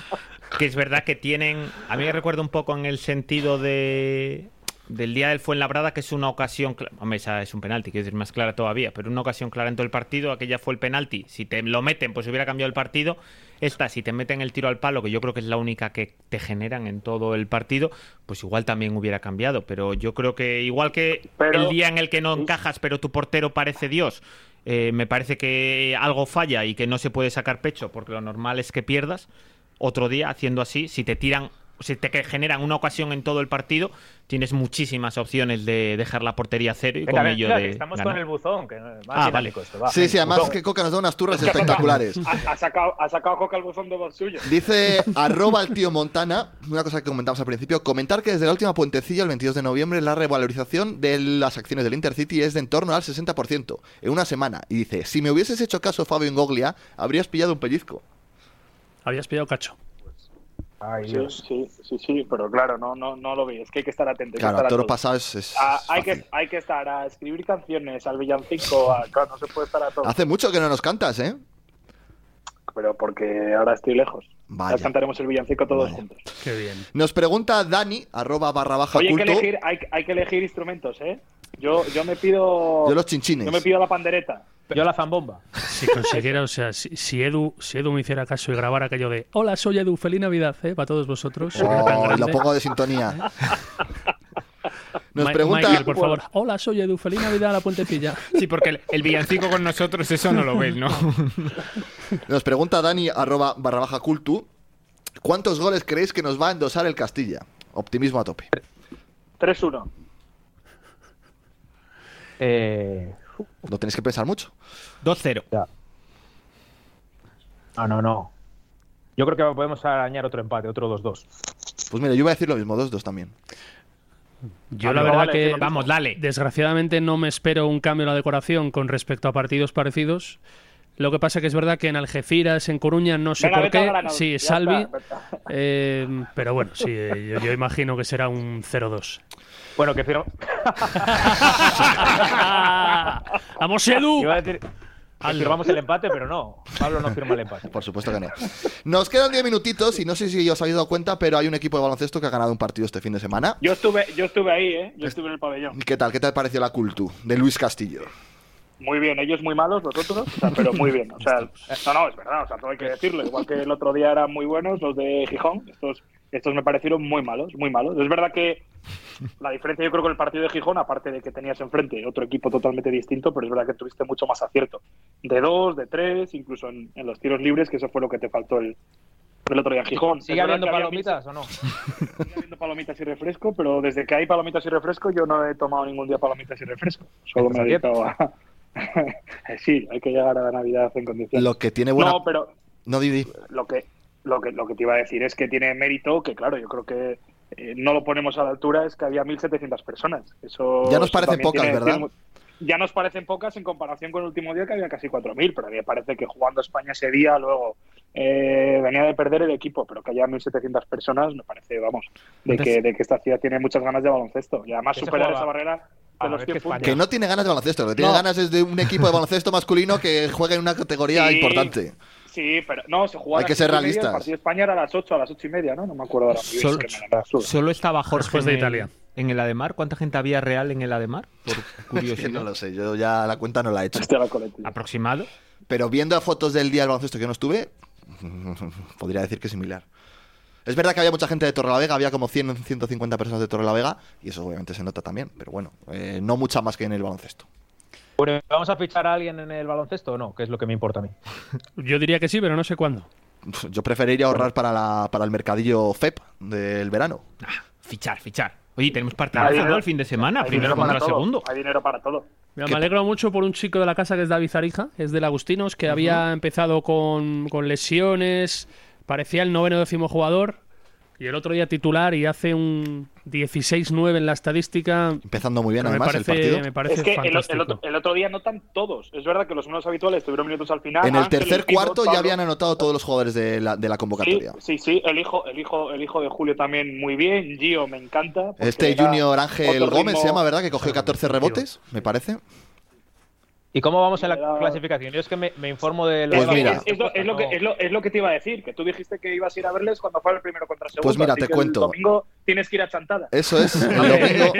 D: Que es verdad que tienen. A mí me recuerda un poco en el sentido de. Del día del Fuenlabrada, que es una ocasión. cla- Hombre, esa es un penalti, quiero decir, más clara todavía, pero una ocasión clara en todo el partido. Aquella fue el penalti. Si te lo meten, pues hubiera cambiado el partido. Esta, si te meten el tiro al palo, que yo creo que es la única que te generan en todo el partido, pues igual también hubiera cambiado. Pero yo creo que igual que
G: Pero-
D: el día en el que no encajas, pero tu portero parece Dios. Eh, me parece que algo falla y que no se puede sacar pecho, porque lo normal es que pierdas. Otro día, haciendo así, si te tiran, si te que- generan una ocasión en todo el partido, tienes muchísimas opciones de dejar la portería a cero y
F: Venga,
D: con
F: venga,
D: ello
F: que
D: de.
F: estamos
D: ganar.
F: con el buzón, que no- más
D: Ah,
F: dinámico
D: vale.
F: esto, va.
C: Sí, sí, además
F: Buzón.
C: que Coca nos da unas turras espectaculares.
G: Ha, ha sacado, ha sacado Coca el buzón de voz suyo.
C: Dice arroba el tío Montana, una cosa que comentamos al principio, comentar que desde la última puentecilla, el 22 de noviembre, la revalorización de las acciones del Intercity es de en torno al 60% en una semana. Y dice, si me hubieses hecho caso Fabio Ingoglia, habrías pillado un pellizco.
E: Habías pillado cacho.
F: Ay,
G: Sí,
F: Dios.
G: sí, sí, sí, pero claro, no, no, no lo vi. Es que hay que estar atento. hay que
C: Claro,
G: estar
C: a
G: a
C: toro
G: todo.
C: pasado es... es-
G: Ah,
C: es
G: hay,
C: fácil.
G: que, hay que estar a escribir canciones, al villancico, a- claro, no se puede estar a todo.
C: Hace mucho que no nos cantas, ¿eh?
G: Pero porque ahora estoy lejos.
C: Vaya.
G: Ya cantaremos el villancico todos
C: Vaya.
G: juntos.
E: Qué bien.
C: Nos pregunta Dani, arroba barra baja
G: Oye, hay que,
C: culto,
G: elegir, hay, hay que elegir instrumentos, ¿eh? Yo, yo me pido.
C: yo los chinchines.
G: yo me pido la pandereta.
F: Yo la zambomba.
E: Si consiguiera, o sea, si, si Edu, si Edu me hiciera caso y grabara aquello de Hola, soy Edu, feliz Navidad, ¿eh? Para todos vosotros. sería tan
C: Oh, y lo
E: grande.
C: pongo de sintonía. Nos
E: Ma-
C: pregunta...
E: Michael, por favor. Hola, soy Edu, feliz Navidad a la puentecilla.
D: Sí, porque el, el villancico con nosotros, eso no lo ves, ¿no?
C: Nos pregunta Dani, arroba barra baja cultu, ¿cuántos goles creéis que nos va a endosar el Castilla? Optimismo a tope.
G: 3-1.
F: Eh,
C: Lo tenéis que pensar mucho.
D: 2-0.
F: Ah, no, no, no. Yo creo que podemos arañar otro empate, otro 2-2.
C: Pues mira, yo iba a decir lo mismo, 2-2 también.
E: Yo
G: Ah,
E: la
G: no,
E: verdad
G: vale,
E: que...
G: sí,
D: Vamos, dale.
E: Desgraciadamente no me espero un cambio en la decoración con respecto a partidos parecidos. Lo que pasa que es verdad que en Algeciras, en Coruña, no sé
G: Venga,
E: por
G: vete a
E: qué,
G: Granada.
E: sí,
G: Ya
E: Salvi,
G: está, vete.
E: eh, pero bueno, sí, eh, yo, yo imagino que será un 0-2.
F: Bueno, que firma-
E: ¡Vamos, Edu!
F: iba a decir que firmamos el empate, pero no. Pablo no firma el empate.
C: Por supuesto que no. Nos quedan 10 minutitos y no sé si os habéis dado cuenta, pero hay un equipo de baloncesto que ha ganado un partido este fin de semana.
G: Yo estuve, yo estuve ahí, ¿eh? Yo estuve en el pabellón.
C: ¿Qué tal? ¿Qué te pareció la cultu de Luis Castillo?
G: Muy bien, ellos muy malos, vosotros, o sea, pero muy bien. O sea, no, no, es verdad, o sea, todo hay que decirlo. Igual que el otro día eran muy buenos los de Gijón, estos, estos me parecieron muy malos, muy malos. Es verdad que la diferencia yo creo con el partido de Gijón, aparte de que tenías enfrente otro equipo totalmente distinto, pero es verdad que tuviste mucho más acierto. De dos, de tres, incluso en, en los tiros libres, que eso fue lo que te faltó el, el otro día en Gijón. Es
F: ¿Sigue
G: verdad
F: habiendo
G: que había
F: palomitas o no?
G: Sigue habiendo palomitas y refresco, pero desde que hay palomitas y refresco yo no he tomado ningún día palomitas y refresco. Solo me he
F: ¿Estás
G: dedicado a... sí, hay que llegar a la Navidad en condiciones.
C: Lo que tiene buena...
G: No, pero
C: No, Didi.
G: lo que, lo, que, lo que te iba a decir es que tiene mérito, que claro, yo creo que eh, no lo ponemos a la altura, es que había 1.700 personas. Eso
C: Ya nos
G: eso
C: parecen
G: también
C: pocas,
G: tiene-
C: ¿verdad?
G: tiene mu- ya nos parecen pocas en comparación con el último día que había casi 4.000, pero a mí me parece que jugando España ese día luego eh, venía de perder el equipo, pero que haya 1.700 personas me parece, vamos, de,
C: Entonces-
G: que, de que esta ciudad tiene muchas ganas de baloncesto y además
C: ¿Qué se
G: superar
C: jugaba?
G: esa barrera
C: A la
G: de
C: vez
G: los 100 puntos.
C: Que no tiene ganas de baloncesto, lo que tiene
G: No.
C: ganas es de un equipo de baloncesto masculino que juega en una categoría
G: Sí.
C: importante.
G: Sí, pero no, se jugaba a
C: Hay que
G: las
C: ser
G: cinco y media,
C: realistas.
G: El partido de España era a las 8, a las 8 y media, ¿no? No me acuerdo ahora. muy bien,
J: Solo,
G: es que me la-
J: solo estaba Jorge
G: Después de
J: en el-
G: Italia.
J: en el Ademar. ¿Cuánta gente había real en el Ademar? Por curiosidad.
C: no lo sé, yo ya la cuenta no la he hecho.
J: Aproximado.
C: Pero viendo fotos del día del baloncesto que yo no estuve, podría decir que es similar. Es verdad que había mucha gente de Torrelavega, había como 100, 150 personas de Torrelavega, y eso obviamente se nota también, pero bueno, eh, no mucha más que en el baloncesto.
F: Bueno, ¿vamos a fichar a alguien en el baloncesto o no? Que es lo que me importa a mí.
E: Yo diría que sí, pero no sé cuándo.
C: Yo preferiría ahorrar para, la- para el mercadillo FEP del verano.
J: Fichar, fichar. Oye, tenemos partidazo,
C: dinero-
J: ¿no? El fin de semana.
C: hay
J: Primero
C: dinero para
J: contra
C: todo.
J: segundo.
G: Hay dinero para todo.
E: Mira, me alegro mucho por un chico de la casa que es David Zarija, es del Agustinos, que había empezado con, con lesiones, parecía el noveno décimo jugador, y el otro día titular y hace un 16-9 en la estadística.
C: Empezando muy bien,
E: me
C: además, el
E: parece-
C: partido.
E: me parece
G: es que el- el,
E: fantástico.
G: otro, el otro día notan todos. Es verdad que los menos habituales tuvieron minutos al final.
C: En el
G: Ángel,
C: tercer
G: Pivot,
C: cuarto ya
G: Ah, Pablo.
C: habían anotado todos los jugadores de la, de la
G: Sí,
C: convocatoria.
G: sí, sí, el hijo, el hijo, el hijo de Julio también muy bien. Gio me encanta. porque
C: Este
G: era
C: Junior
G: otro
C: Ángel
G: ritmo.
C: Gómez se llama, ¿verdad? Que cogió 14 rebotes, me parece.
F: ¿Y cómo vamos en la clasificación? Yo es que me, me informo de los.
C: Pues mira.
G: Es, es lo, es lo que, es, lo, es lo que te iba a decir, que tú dijiste que ibas a ir a verles cuando fue el primero contra segundo.
C: Pues mira,
G: así
C: te
G: que
C: cuento.
G: El domingo tienes que ir a Chantada.
C: Eso es, el domingo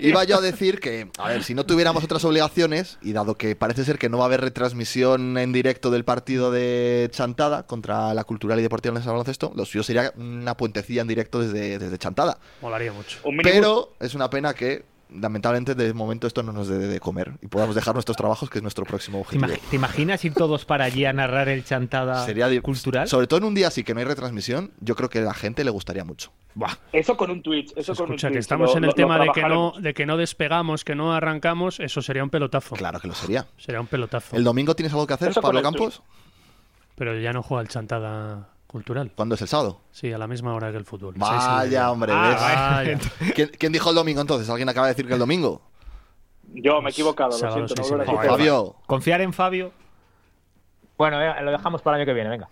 C: iba yo a decir que, a ver, si no tuviéramos otras obligaciones, y dado que parece ser que no va a haber retransmisión en directo del partido de Chantada contra la Cultural y Deportiva de Baloncesto, lo suyo sería una puentecilla en directo desde, desde Chantada.
E: Molaría mucho.
C: Pero es una pena que, lamentablemente, de momento esto no nos dé de comer y podamos dejar nuestros trabajos, que es nuestro próximo
J: ¿Te,
C: objetivo.
J: imag- te imaginas ir todos para allí a narrar el chantada?
C: Sería cultural. Sobre todo en un día así que no hay retransmisión, yo creo que a la gente le gustaría mucho.
G: Eso con un Twitch. Eso con un
E: Escucha,
G: Twitch.
E: que estamos
G: lo-
E: en el
G: lo-
E: tema
G: lo
E: de que, no,
G: trabajaremos.
E: de que no despegamos, que no arrancamos, eso sería un pelotazo.
C: Claro que lo sería.
E: Sería un pelotazo.
C: ¿El domingo tienes algo que hacer,
E: Eso con
C: Pablo
E: el
C: Campos?
E: Pero ya no juega el chantada cultural.
C: ¿Cuándo es el sábado?
E: Sí, a la misma hora que el fútbol. Seis y media.
C: Vaya, hombre.
E: Ah,
C: ¿ves?
E: vaya.
C: ¿Quién, quién dijo el domingo entonces? ¿Alguien acaba de decir que el domingo?
G: Yo me he equivocado, lo
E: Sábado,
G: siento. No
E: seis y
G: volveré a
E: media.
G: decir.
C: Fabio.
J: Confiar en Fabio.
F: Bueno, venga, lo dejamos para el año que viene, venga.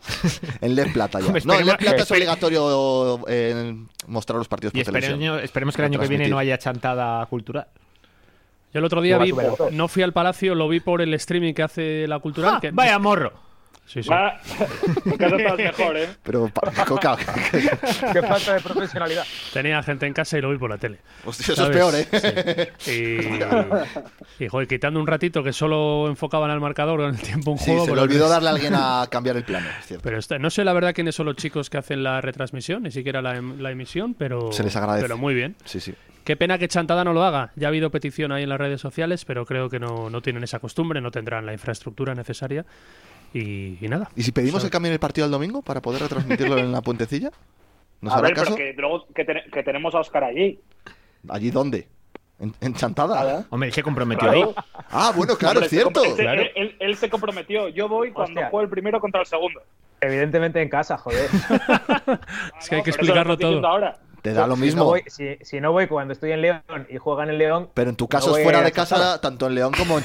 C: En LED Plata ya.
J: Esperemos-
C: No, en LED Plata es
J: espere-
C: obligatorio eh, mostrar los partidos
J: Y
C: por
J: esperemos,
C: televisión.
J: esperemos que el año que viene no haya chantada cultural.
E: Yo el otro día
J: Lo va a
E: vi,
J: superar.
E: por- no fui al Palacio, lo vi por el streaming que hace la cultural.
J: ¡Ah!
E: que-
J: Vaya morro.
E: Sí, sí.
G: Va- en casa estás mejor, ¿eh?
C: Pero, pa- coca.
F: Qué falta de profesionalidad.
E: Tenía gente en casa y lo vi por la tele.
C: Hostia, eso
E: ¿Sabes?
C: es peor, ¿eh?
E: Sí. Y, y, joder, quitando un ratito que solo enfocaban al marcador con el tiempo un
C: Sí,
E: juego.
C: se
E: pero
C: le
E: el
C: olvidó
E: resto-
C: darle a alguien a cambiar el plano, es cierto.
E: Pero está- no sé la verdad quiénes son los chicos que hacen la retransmisión, ni siquiera la, em- la emisión, pero,
C: Se les agradece.
E: pero muy bien.
C: Sí, sí.
E: Qué pena que Chantada no lo haga. Ya ha habido petición ahí en las redes sociales, pero creo que no, no tienen esa costumbre, no tendrán la infraestructura necesaria. Y, y nada.
C: ¿Y si pedimos
E: Eso-
C: el cambio en el partido al domingo para poder retransmitirlo en la puentecilla? ¿Nos
G: a
C: hará
G: ver,
C: caso?
G: pero que, luego, que, ten- que tenemos a Oscar allí.
C: ¿Allí dónde? ¿En, en Chantada?
J: Hombre, se comprometió
G: Claro.
C: Ah, bueno, claro,
G: Hombre,
C: es cierto.
G: se- Él, él- él se comprometió. Yo voy cuando
F: Hostia.
G: juegue el primero contra el segundo.
F: Evidentemente en casa, joder.
E: Es que hay que
G: Ah, Por eso lo
E: explicarlo
G: estoy diciendo
E: todo.
G: ahora.
C: Te da lo
F: Si
C: mismo.
F: no voy- si, si no voy cuando estoy en León y juegan en León.
C: Pero en tu
F: no
C: caso
F: voy
C: es fuera
F: a
C: de casa
F: Chantada.
C: tanto en León como en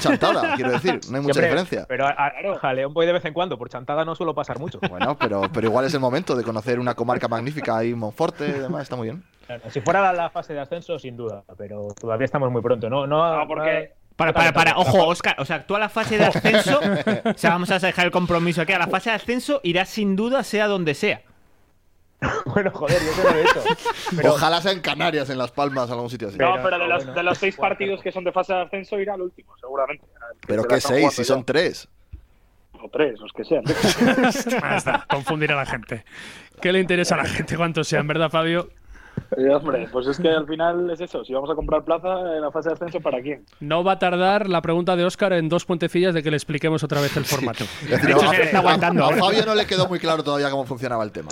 C: Chantada, quiero decir. No hay mucha
F: Siempre-
C: diferencia.
F: Pero a, a- a León voy de vez en cuando, por chantada no suelo pasar mucho.
C: Bueno, pero, pero igual es el momento de conocer una comarca magnífica ahí, Monforte y demás, está muy bien.
F: Si fuera la, la fase de ascenso, sin duda, pero todavía estamos muy pronto. No, no,
G: No, porque-
J: Para, para, para, ojo, Oscar, o sea, tú a la fase de ascenso, o sea, vamos a dejar el compromiso aquí, a la fase de ascenso irás sin duda sea donde sea.
F: Bueno, joder, yo creo eso. Pero,
C: Ojalá sea en Canarias, en Las Palmas, algún sitio así.
G: no, pero de los, de los seis partidos que son de fase de ascenso irá al último, seguramente. Al que
C: Pero
G: se la
C: que
G: están
C: seis,
G: jugando
C: si
G: ya.
C: son tres.
G: O tres, los que sean.
E: Basta, confundir a la gente. ¿Qué le interesa a la gente cuánto sean, verdad, Fabio?
G: Sí, hombre, pues es que al final es eso. Si vamos a comprar plaza en la fase de ascenso, ¿para quién?
E: No va a tardar la pregunta de Óscar en dos puentecillas de que le expliquemos otra vez el formato.
C: Es decir,
J: De hecho,
C: a-
J: se le está aguantando
C: a- a
J: ahora.
C: Fabio no le quedó muy claro todavía cómo funcionaba el tema.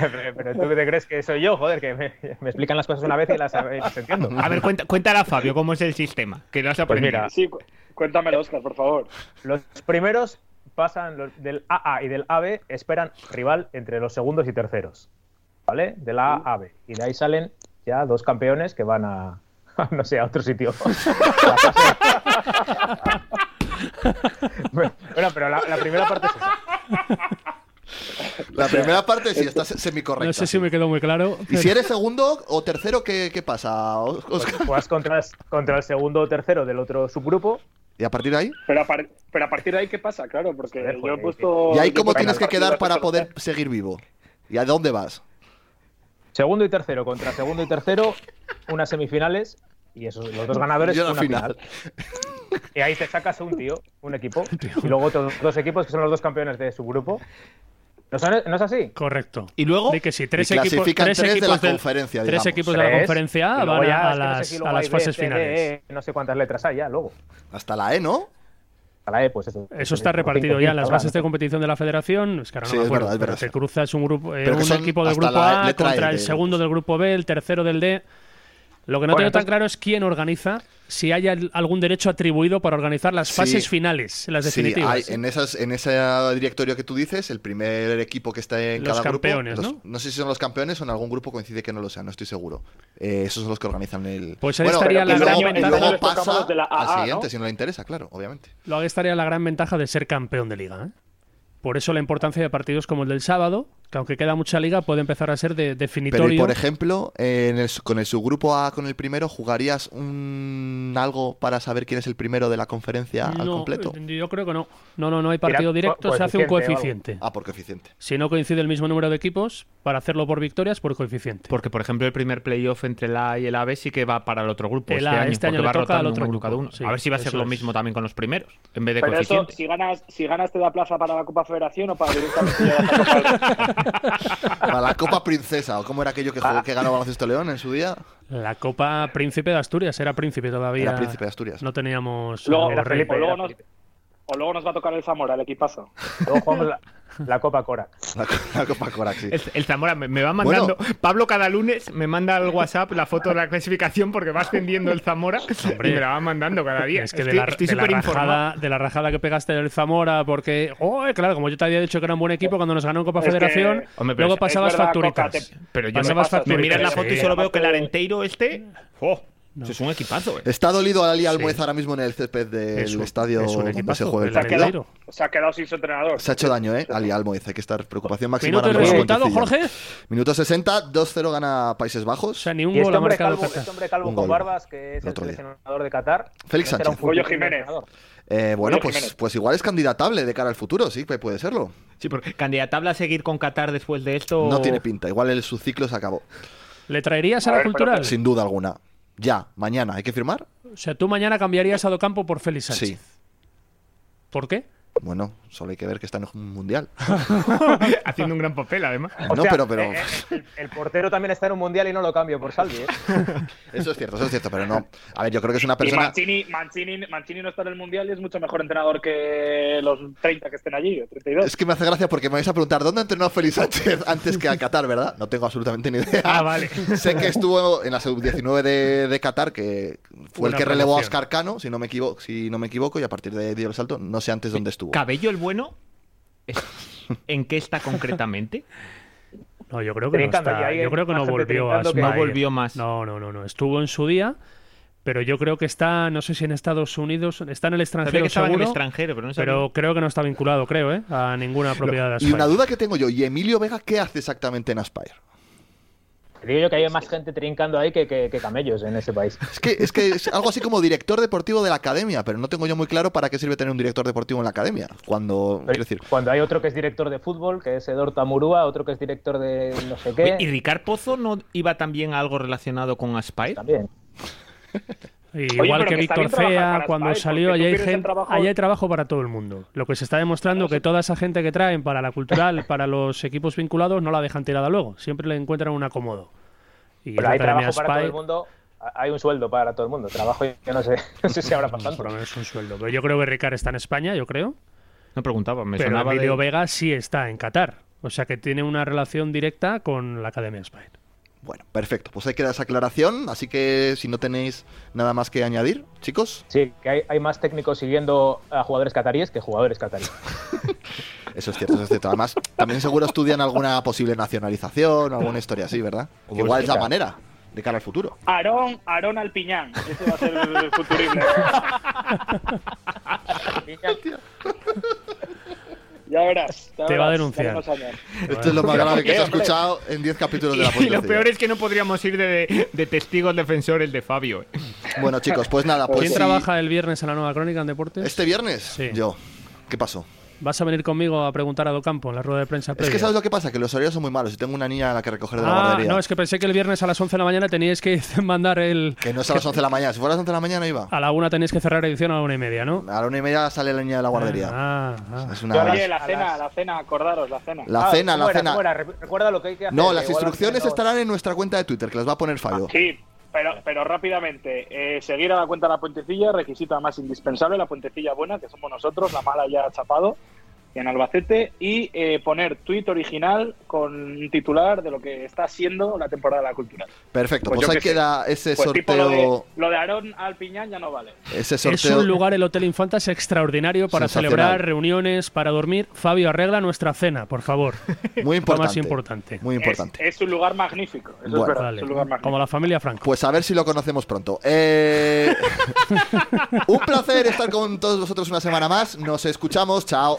F: pero tú te crees que soy yo, joder, que me, me explican las cosas una vez y las, las entiendo.
J: A ver, cuenta, cuéntale a Fabio cómo es el sistema, que lo has aprendido.
F: Pues mira.
G: Sí, cu- cuéntamelo, Oscar, por favor.
F: Los primeros pasan los- del AA y del AB, esperan rival entre los segundos y
E: ¿eh?
F: terceros. ¿Vale? De la A a B. Y de ahí salen ya dos campeones que van a. No sé, a otro sitio. La fase- la primera parte es esa.
C: La primera parte sí está se- semicorrecta.
E: No sé si me quedó muy claro.
C: Y
E: pero-
C: si eres segundo o tercero, ¿qué, qué pasa,
J: Pues
C: Oscar?
F: Juegas contra, contra el segundo o tercero del otro subgrupo.
C: Y a partir de ahí.
G: Pero a, par- pero a partir de ahí, ¿qué pasa? Claro, porque
F: Joder, pues, eh,
G: yo
F: joder,
G: he puesto.
C: ¿Y ahí
G: yo he
C: cómo
G: puesto
C: tienes
G: el
C: que
G: partido
C: quedar para
G: hasta-
C: poder seguir vivo? ¿Y a dónde vas?
F: Segundo y tercero contra segundo y tercero, unas semifinales y esos los dos ganadores
C: Y una
F: una final. Y ahí te sacas un tío, un equipo, y luego otros dos equipos que son los dos campeones de su grupo. ¿No, son- no es así?
E: Correcto.
J: Y luego,
E: De que si tres
C: Y
E: equipos,
C: clasifican tres de
E: equipos
C: la conferencia,
E: tres
C: digamos.
E: equipos de la
F: Tres,
E: conferencia A
F: y luego
E: van a-
F: ya, es
E: a,
F: que no sé
E: las,
F: si
E: a
F: luego
E: las
F: hay
E: fases
F: B, C, D,
E: finales.
F: E, no sé cuántas letras hay ya, luego.
C: Hasta la E, ¿no?
F: A la E, pues eso.
E: Eso está
F: Cinco,
E: repartido ya en las
F: ahora,
E: bases de competición de la federación. Es que ahora no
C: Sí,
E: me
C: es
E: acuerdo.
C: verdad, es
E: pero
C: verdad.
E: te cruzas un grupo, eh,
C: Pero que
E: un
C: son
E: equipo del
C: hasta
E: grupo
C: la
E: A
C: letra
E: contra
C: E
E: el
C: de
E: segundo del grupo B, el tercero del D. Lo que no
F: Bueno,
E: tengo tan
F: entonces-
E: claro es quién organiza, si hay al- algún derecho atribuido para organizar las
C: Sí.
E: fases finales, las
C: Sí,
E: definitivas.
C: hay- en, esas, en ese directorio que tú dices, el primer equipo que está en
E: Los
C: cada
E: campeones,
C: grupo. los-
E: ¿no?
C: sé si son los campeones o en algún grupo coincide que no lo sean, no estoy seguro. Eh, esos son los que organizan el.
E: Pues ahí
C: Bueno,
E: estaría
C: y
E: la gran
C: luego, y
E: ventaja.
C: luego
G: Les tocamos
C: pasa
G: de la
C: al
G: AA, ¿no?
C: siguiente, si no le interesa, claro, obviamente.
E: Lo que estaría la gran ventaja de ser campeón de liga. ¿eh? Por eso la importancia de partidos como el del sábado, que aunque queda mucha liga, puede empezar a ser de
C: Pero, y
E: definitorio.
C: por ejemplo, en el- con el subgrupo A, con el primero, ¿jugarías un algo para saber quién es el primero de la conferencia al
E: No,
C: completo?
E: Yo creo que no. No, no, no hay
F: Mira,
E: partido
F: co-
E: directo, se hace un
F: coeficiente
E: coeficiente.
C: Ah, por coeficiente.
E: Si no coincide el mismo número de equipos, para hacerlo por victorias, por coeficiente.
J: Porque, por ejemplo, el primer playoff entre el A y el AB sí que va para el otro grupo.
E: El
J: este
E: A,
J: año,
E: este año
J: porque
E: le
J: va
E: toca al
J: rotando
E: otro
J: un grupo cada
E: grupo,
J: uno.
E: sí,
J: a ver si va a ser
E: eso
J: lo
E: es.
J: mismo también con los primeros, en vez de
G: Pero eso,
J: coeficiente.
G: si ganas, si ganas te da plaza para la Copa Federación o para directamente llegar a la Copa del Rey.
C: Para la Copa Princesa, o cómo era aquello que, jugó, que ganó Baloncesto León en su día.
E: La Copa Príncipe de Asturias era Príncipe todavía.
C: Era Príncipe de Asturias.
E: No teníamos.
G: Luego-
E: eh,
G: era
E: rey.
G: Felipe, O luego
F: era
G: nos-
F: Felipe.
G: O luego nos va a tocar el Zamora, el equipazo.
F: Luego jugamos la, la Copa Cora.
C: La, la Copa Corax, sí.
J: El, el Zamora me, me va mandando. Pablo cada lunes me manda al WhatsApp la foto de la clasificación porque va ascendiendo el Zamora y me la va mandando cada día.
E: Es que de
J: Estoy-
E: la,
J: estoy
E: de la
J: súper informado.
E: rajada, de la rajada que pegaste del Zamora, porque. ¡Oh! Claro, como yo te había dicho que era un buen equipo cuando nos ganó en Copa
G: Es que-
E: Federación,
J: Hombre, pero
E: luego
J: es- eh,
E: pasabas
G: Pues es verdad,
E: facturitas.
G: Coca, te-
J: Pero yo me,
E: pasabas
G: paso,
J: me
E: facturitas.
J: miras la foto y
E: sí.
J: solo veo que el Arenteiro este. ¡Oh! eso Es un equipazo, eh.
C: Está dolido Ali Almuez ahora mismo en el césped del
E: Es un-
C: estadio
E: es un
C: donde se
E: equipazo,
C: juega el
E: el
C: partido.
E: Arenteiro.
G: Se ha quedado sin su entrenador.
C: Se ha hecho daño, ¿eh? Ali Almuez, hay que estar preocupación máxima.
E: ¿Minuto
C: ahora
E: de
C: mismo en
E: resultado,
C: Montecilla.
E: Jorge?
C: Minuto 60, 2-0 gana Países
E: O
C: Bajos.
E: sea, ni un
F: Y
E: gol
F: este
E: ha
F: hombre,
E: marcado
F: calvo,
E: Kaká.
F: este hombre calvo
C: Un
F: con
C: gol.
F: barbas, que es
C: El
F: el
C: otro día.
F: seleccionador de Qatar.
C: Félix
F: será un
C: Sánchez.
F: futuro
G: Goyo Jiménez.
F: entrenador.
C: Eh, bueno,
G: Julio
C: pues,
G: Jiménez.
C: pues igual es candidatable de cara al futuro, sí, que puede serlo.
J: Sí, porque candidatable a seguir con Qatar después de esto.
C: No tiene pinta, igual el, su ciclo se acabó.
E: ¿Le traerías a, la
G: A ver, pero-
E: cultural?
C: Sin duda alguna. Ya, mañana, ¿hay que firmar?
E: O sea, tú mañana cambiarías a Docampo por Félix Sánchez.
C: Sí.
E: ¿Por qué?
C: Bueno, solo hay que ver que está en un mundial.
J: Haciendo un gran papel, además.
F: O
C: no,
F: sea,
C: pero, pero.
F: eh, eh, el, el portero también está en un mundial y no lo cambio por Salvi. ¿eh?
C: Eso es cierto, eso es cierto, pero no. A ver, yo creo que es una
G: Y
C: persona.
G: Mancini, Mancini, Mancini no está en el Mundial y es mucho mejor entrenador que los 30 que estén allí, o 32.
C: Es que me hace gracia porque me vais a preguntar dónde entrenó Félix Sánchez antes que a Qatar, ¿verdad? No tengo absolutamente ni idea.
J: Ah, vale.
C: sé que estuvo en la sub-19 de, de Qatar, que fue
J: Buena
C: el que relevó a
J: promoción.
C: Oscar Cano, si no me equivoco, si no me equivoco y a partir de ahí dio el salto, no sé antes dónde estuvo.
J: Cabello el bueno. es- ¿En qué está concretamente?
E: No, yo creo que no,
F: Trincando,
E: está-
F: y hay
E: yo creo que
F: más
E: no
F: gente
E: volvió a
F: trincando que-
J: No
E: Smail.
J: volvió más.
E: No, no, no, no. Estuvo en su día, pero yo creo que está, no sé si en Estados Unidos, está en el
J: Sabía
E: extranjero
J: que estaba en el
E: seguro,
J: extranjero, pero no sabía.
E: pero creo que no está vinculado, creo, ¿eh? a ninguna propiedad de
C: Y una
E: Aspire.
C: duda que tengo yo, ¿y Emilio Vega qué hace exactamente en Aspire?
F: Digo yo que hay más gente trincando ahí que, que- que camellos en ese país.
C: Es que, es que es algo así como director deportivo de la academia, pero no tengo yo muy claro para qué sirve tener un director deportivo en la academia. Cuando, quiero decir,
F: Cuando hay otro que es director de fútbol, que es Edor Tamurúa, otro que es director de no sé
J: Oye, ¿Y
F: qué.
J: Ricard Pozo no iba también a algo relacionado con Aspire?
F: También.
E: Y
G: Oye,
E: Igual
G: pero
E: que
G: que está
E: Víctor
G: bien trabajar
E: Cea,
G: para
E: cuando
G: Aspire,
E: salió,
G: porque
E: allá
G: tú
E: hay,
G: pierdes el
E: gente,
G: trabajo-
E: allá hay trabajo para todo el mundo. Lo que se está demostrando que toda esa gente que traen para la cultural, para los equipos vinculados, no la dejan tirada luego. Siempre le encuentran un acomodo. Y
F: Pero
E: la
F: hay
E: Academia
F: trabajo para todo el
E: Aspire-
F: mundo. Hay un sueldo para todo el mundo. Trabajo yo no sé, no sé si habrá
E: Pues,
F: pasado.
E: por lo menos un sueldo. Pero yo creo que Ricard está en España, yo creo.
J: No preguntaba, me
E: Pero
J: sonaba. de-
E: Emilio Vega sí está en Qatar. O sea que tiene una relación directa con la Academia Spain.
C: bueno, perfecto, pues hay que dar esa aclaración, así que si no tenéis nada más que añadir, chicos,
F: Sí, que hay, hay más técnicos siguiendo a jugadores cataríes que jugadores cataríes.
C: Eso es cierto, eso es cierto. Además, también seguro estudian alguna posible nacionalización o alguna historia así, ¿verdad? Que igual es la manera de cara al futuro.
G: Aarón, Aarón Alpiñán. Ese va a ser el futurible.
E: Te va a
G: verás,
E: denunciar.
G: ya verás años.
C: Esto es lo más grave que te he
K: Hombre.
C: escuchado en 10 capítulos de la
K: Y lo
C: Ponte
K: peor es que no podríamos ir de, de testigos defensores de Fabio. eh.
C: Bueno, chicos, pues nada, pues
E: ¿Quién
C: si-
E: trabaja el viernes en la nueva crónica en deportes?
C: este viernes
E: Sí.
C: yo. ¿Qué pasó?
E: ¿Vas a venir conmigo a preguntar a Docampo en la rueda de prensa
C: Es
E: previa?
C: que sabes lo que pasa, que los horarios son muy malos y tengo una niña a la que recoger de la
E: Ah,
C: guardería.
E: no, es que pensé que el viernes a las 11 de la mañana teníais que mandar el...
C: Que no es a las 11 de la mañana, si fuera a las 11 de la mañana iba.
E: A la una tenéis que cerrar edición a la una y media, ¿no?
C: A la una y media sale la niña de la guardería.
E: Ah, ah.
C: Es
G: Yo,
C: una...
G: oye, la cena, la cena, acordaros, la cena.
C: La
L: Ah,
C: cena,
L: ¿cómo
C: la
L: era,
C: cena.
L: cómo era? Re- Recuerda lo que hay que hacer.
C: No, las
L: que igual
C: instrucciones
L: hacemos-
C: estarán en nuestra cuenta de Twitter, que las va a poner Fabio.
G: Sí, pero, pero rápidamente, eh, seguir a la cuenta de la puentecilla, requisito más indispensable, la puentecilla buena, que somos nosotros, la mala ya chapado, en Albacete, y eh, poner tuit original con un titular de lo que está siendo la temporada de la cultura.
C: Perfecto,
G: Pues
C: pues,
G: yo
C: ahí
G: qué sé.
C: queda ese
G: Pues tipo lo de,
C: sorteo.
G: lo de Aarón Alpiñán ya no vale.
C: Ese
E: Es
C: sorteo.
E: un lugar, el Hotel Infantas, extraordinario para
C: Sensacional.
E: celebrar reuniones, para dormir. Fabio, arregla nuestra cena, por favor.
C: Muy
E: Lo más
C: importante.
E: importante.
C: Muy importante.
G: Es, es un lugar magnífico, eso
C: Bueno.
G: es verdad,
E: Vale.
G: es un lugar magnífico.
E: Como la familia Franco.
C: Pues a ver si lo conocemos pronto. Eh, un placer estar con todos vosotros una semana más. Nos escuchamos. Chao.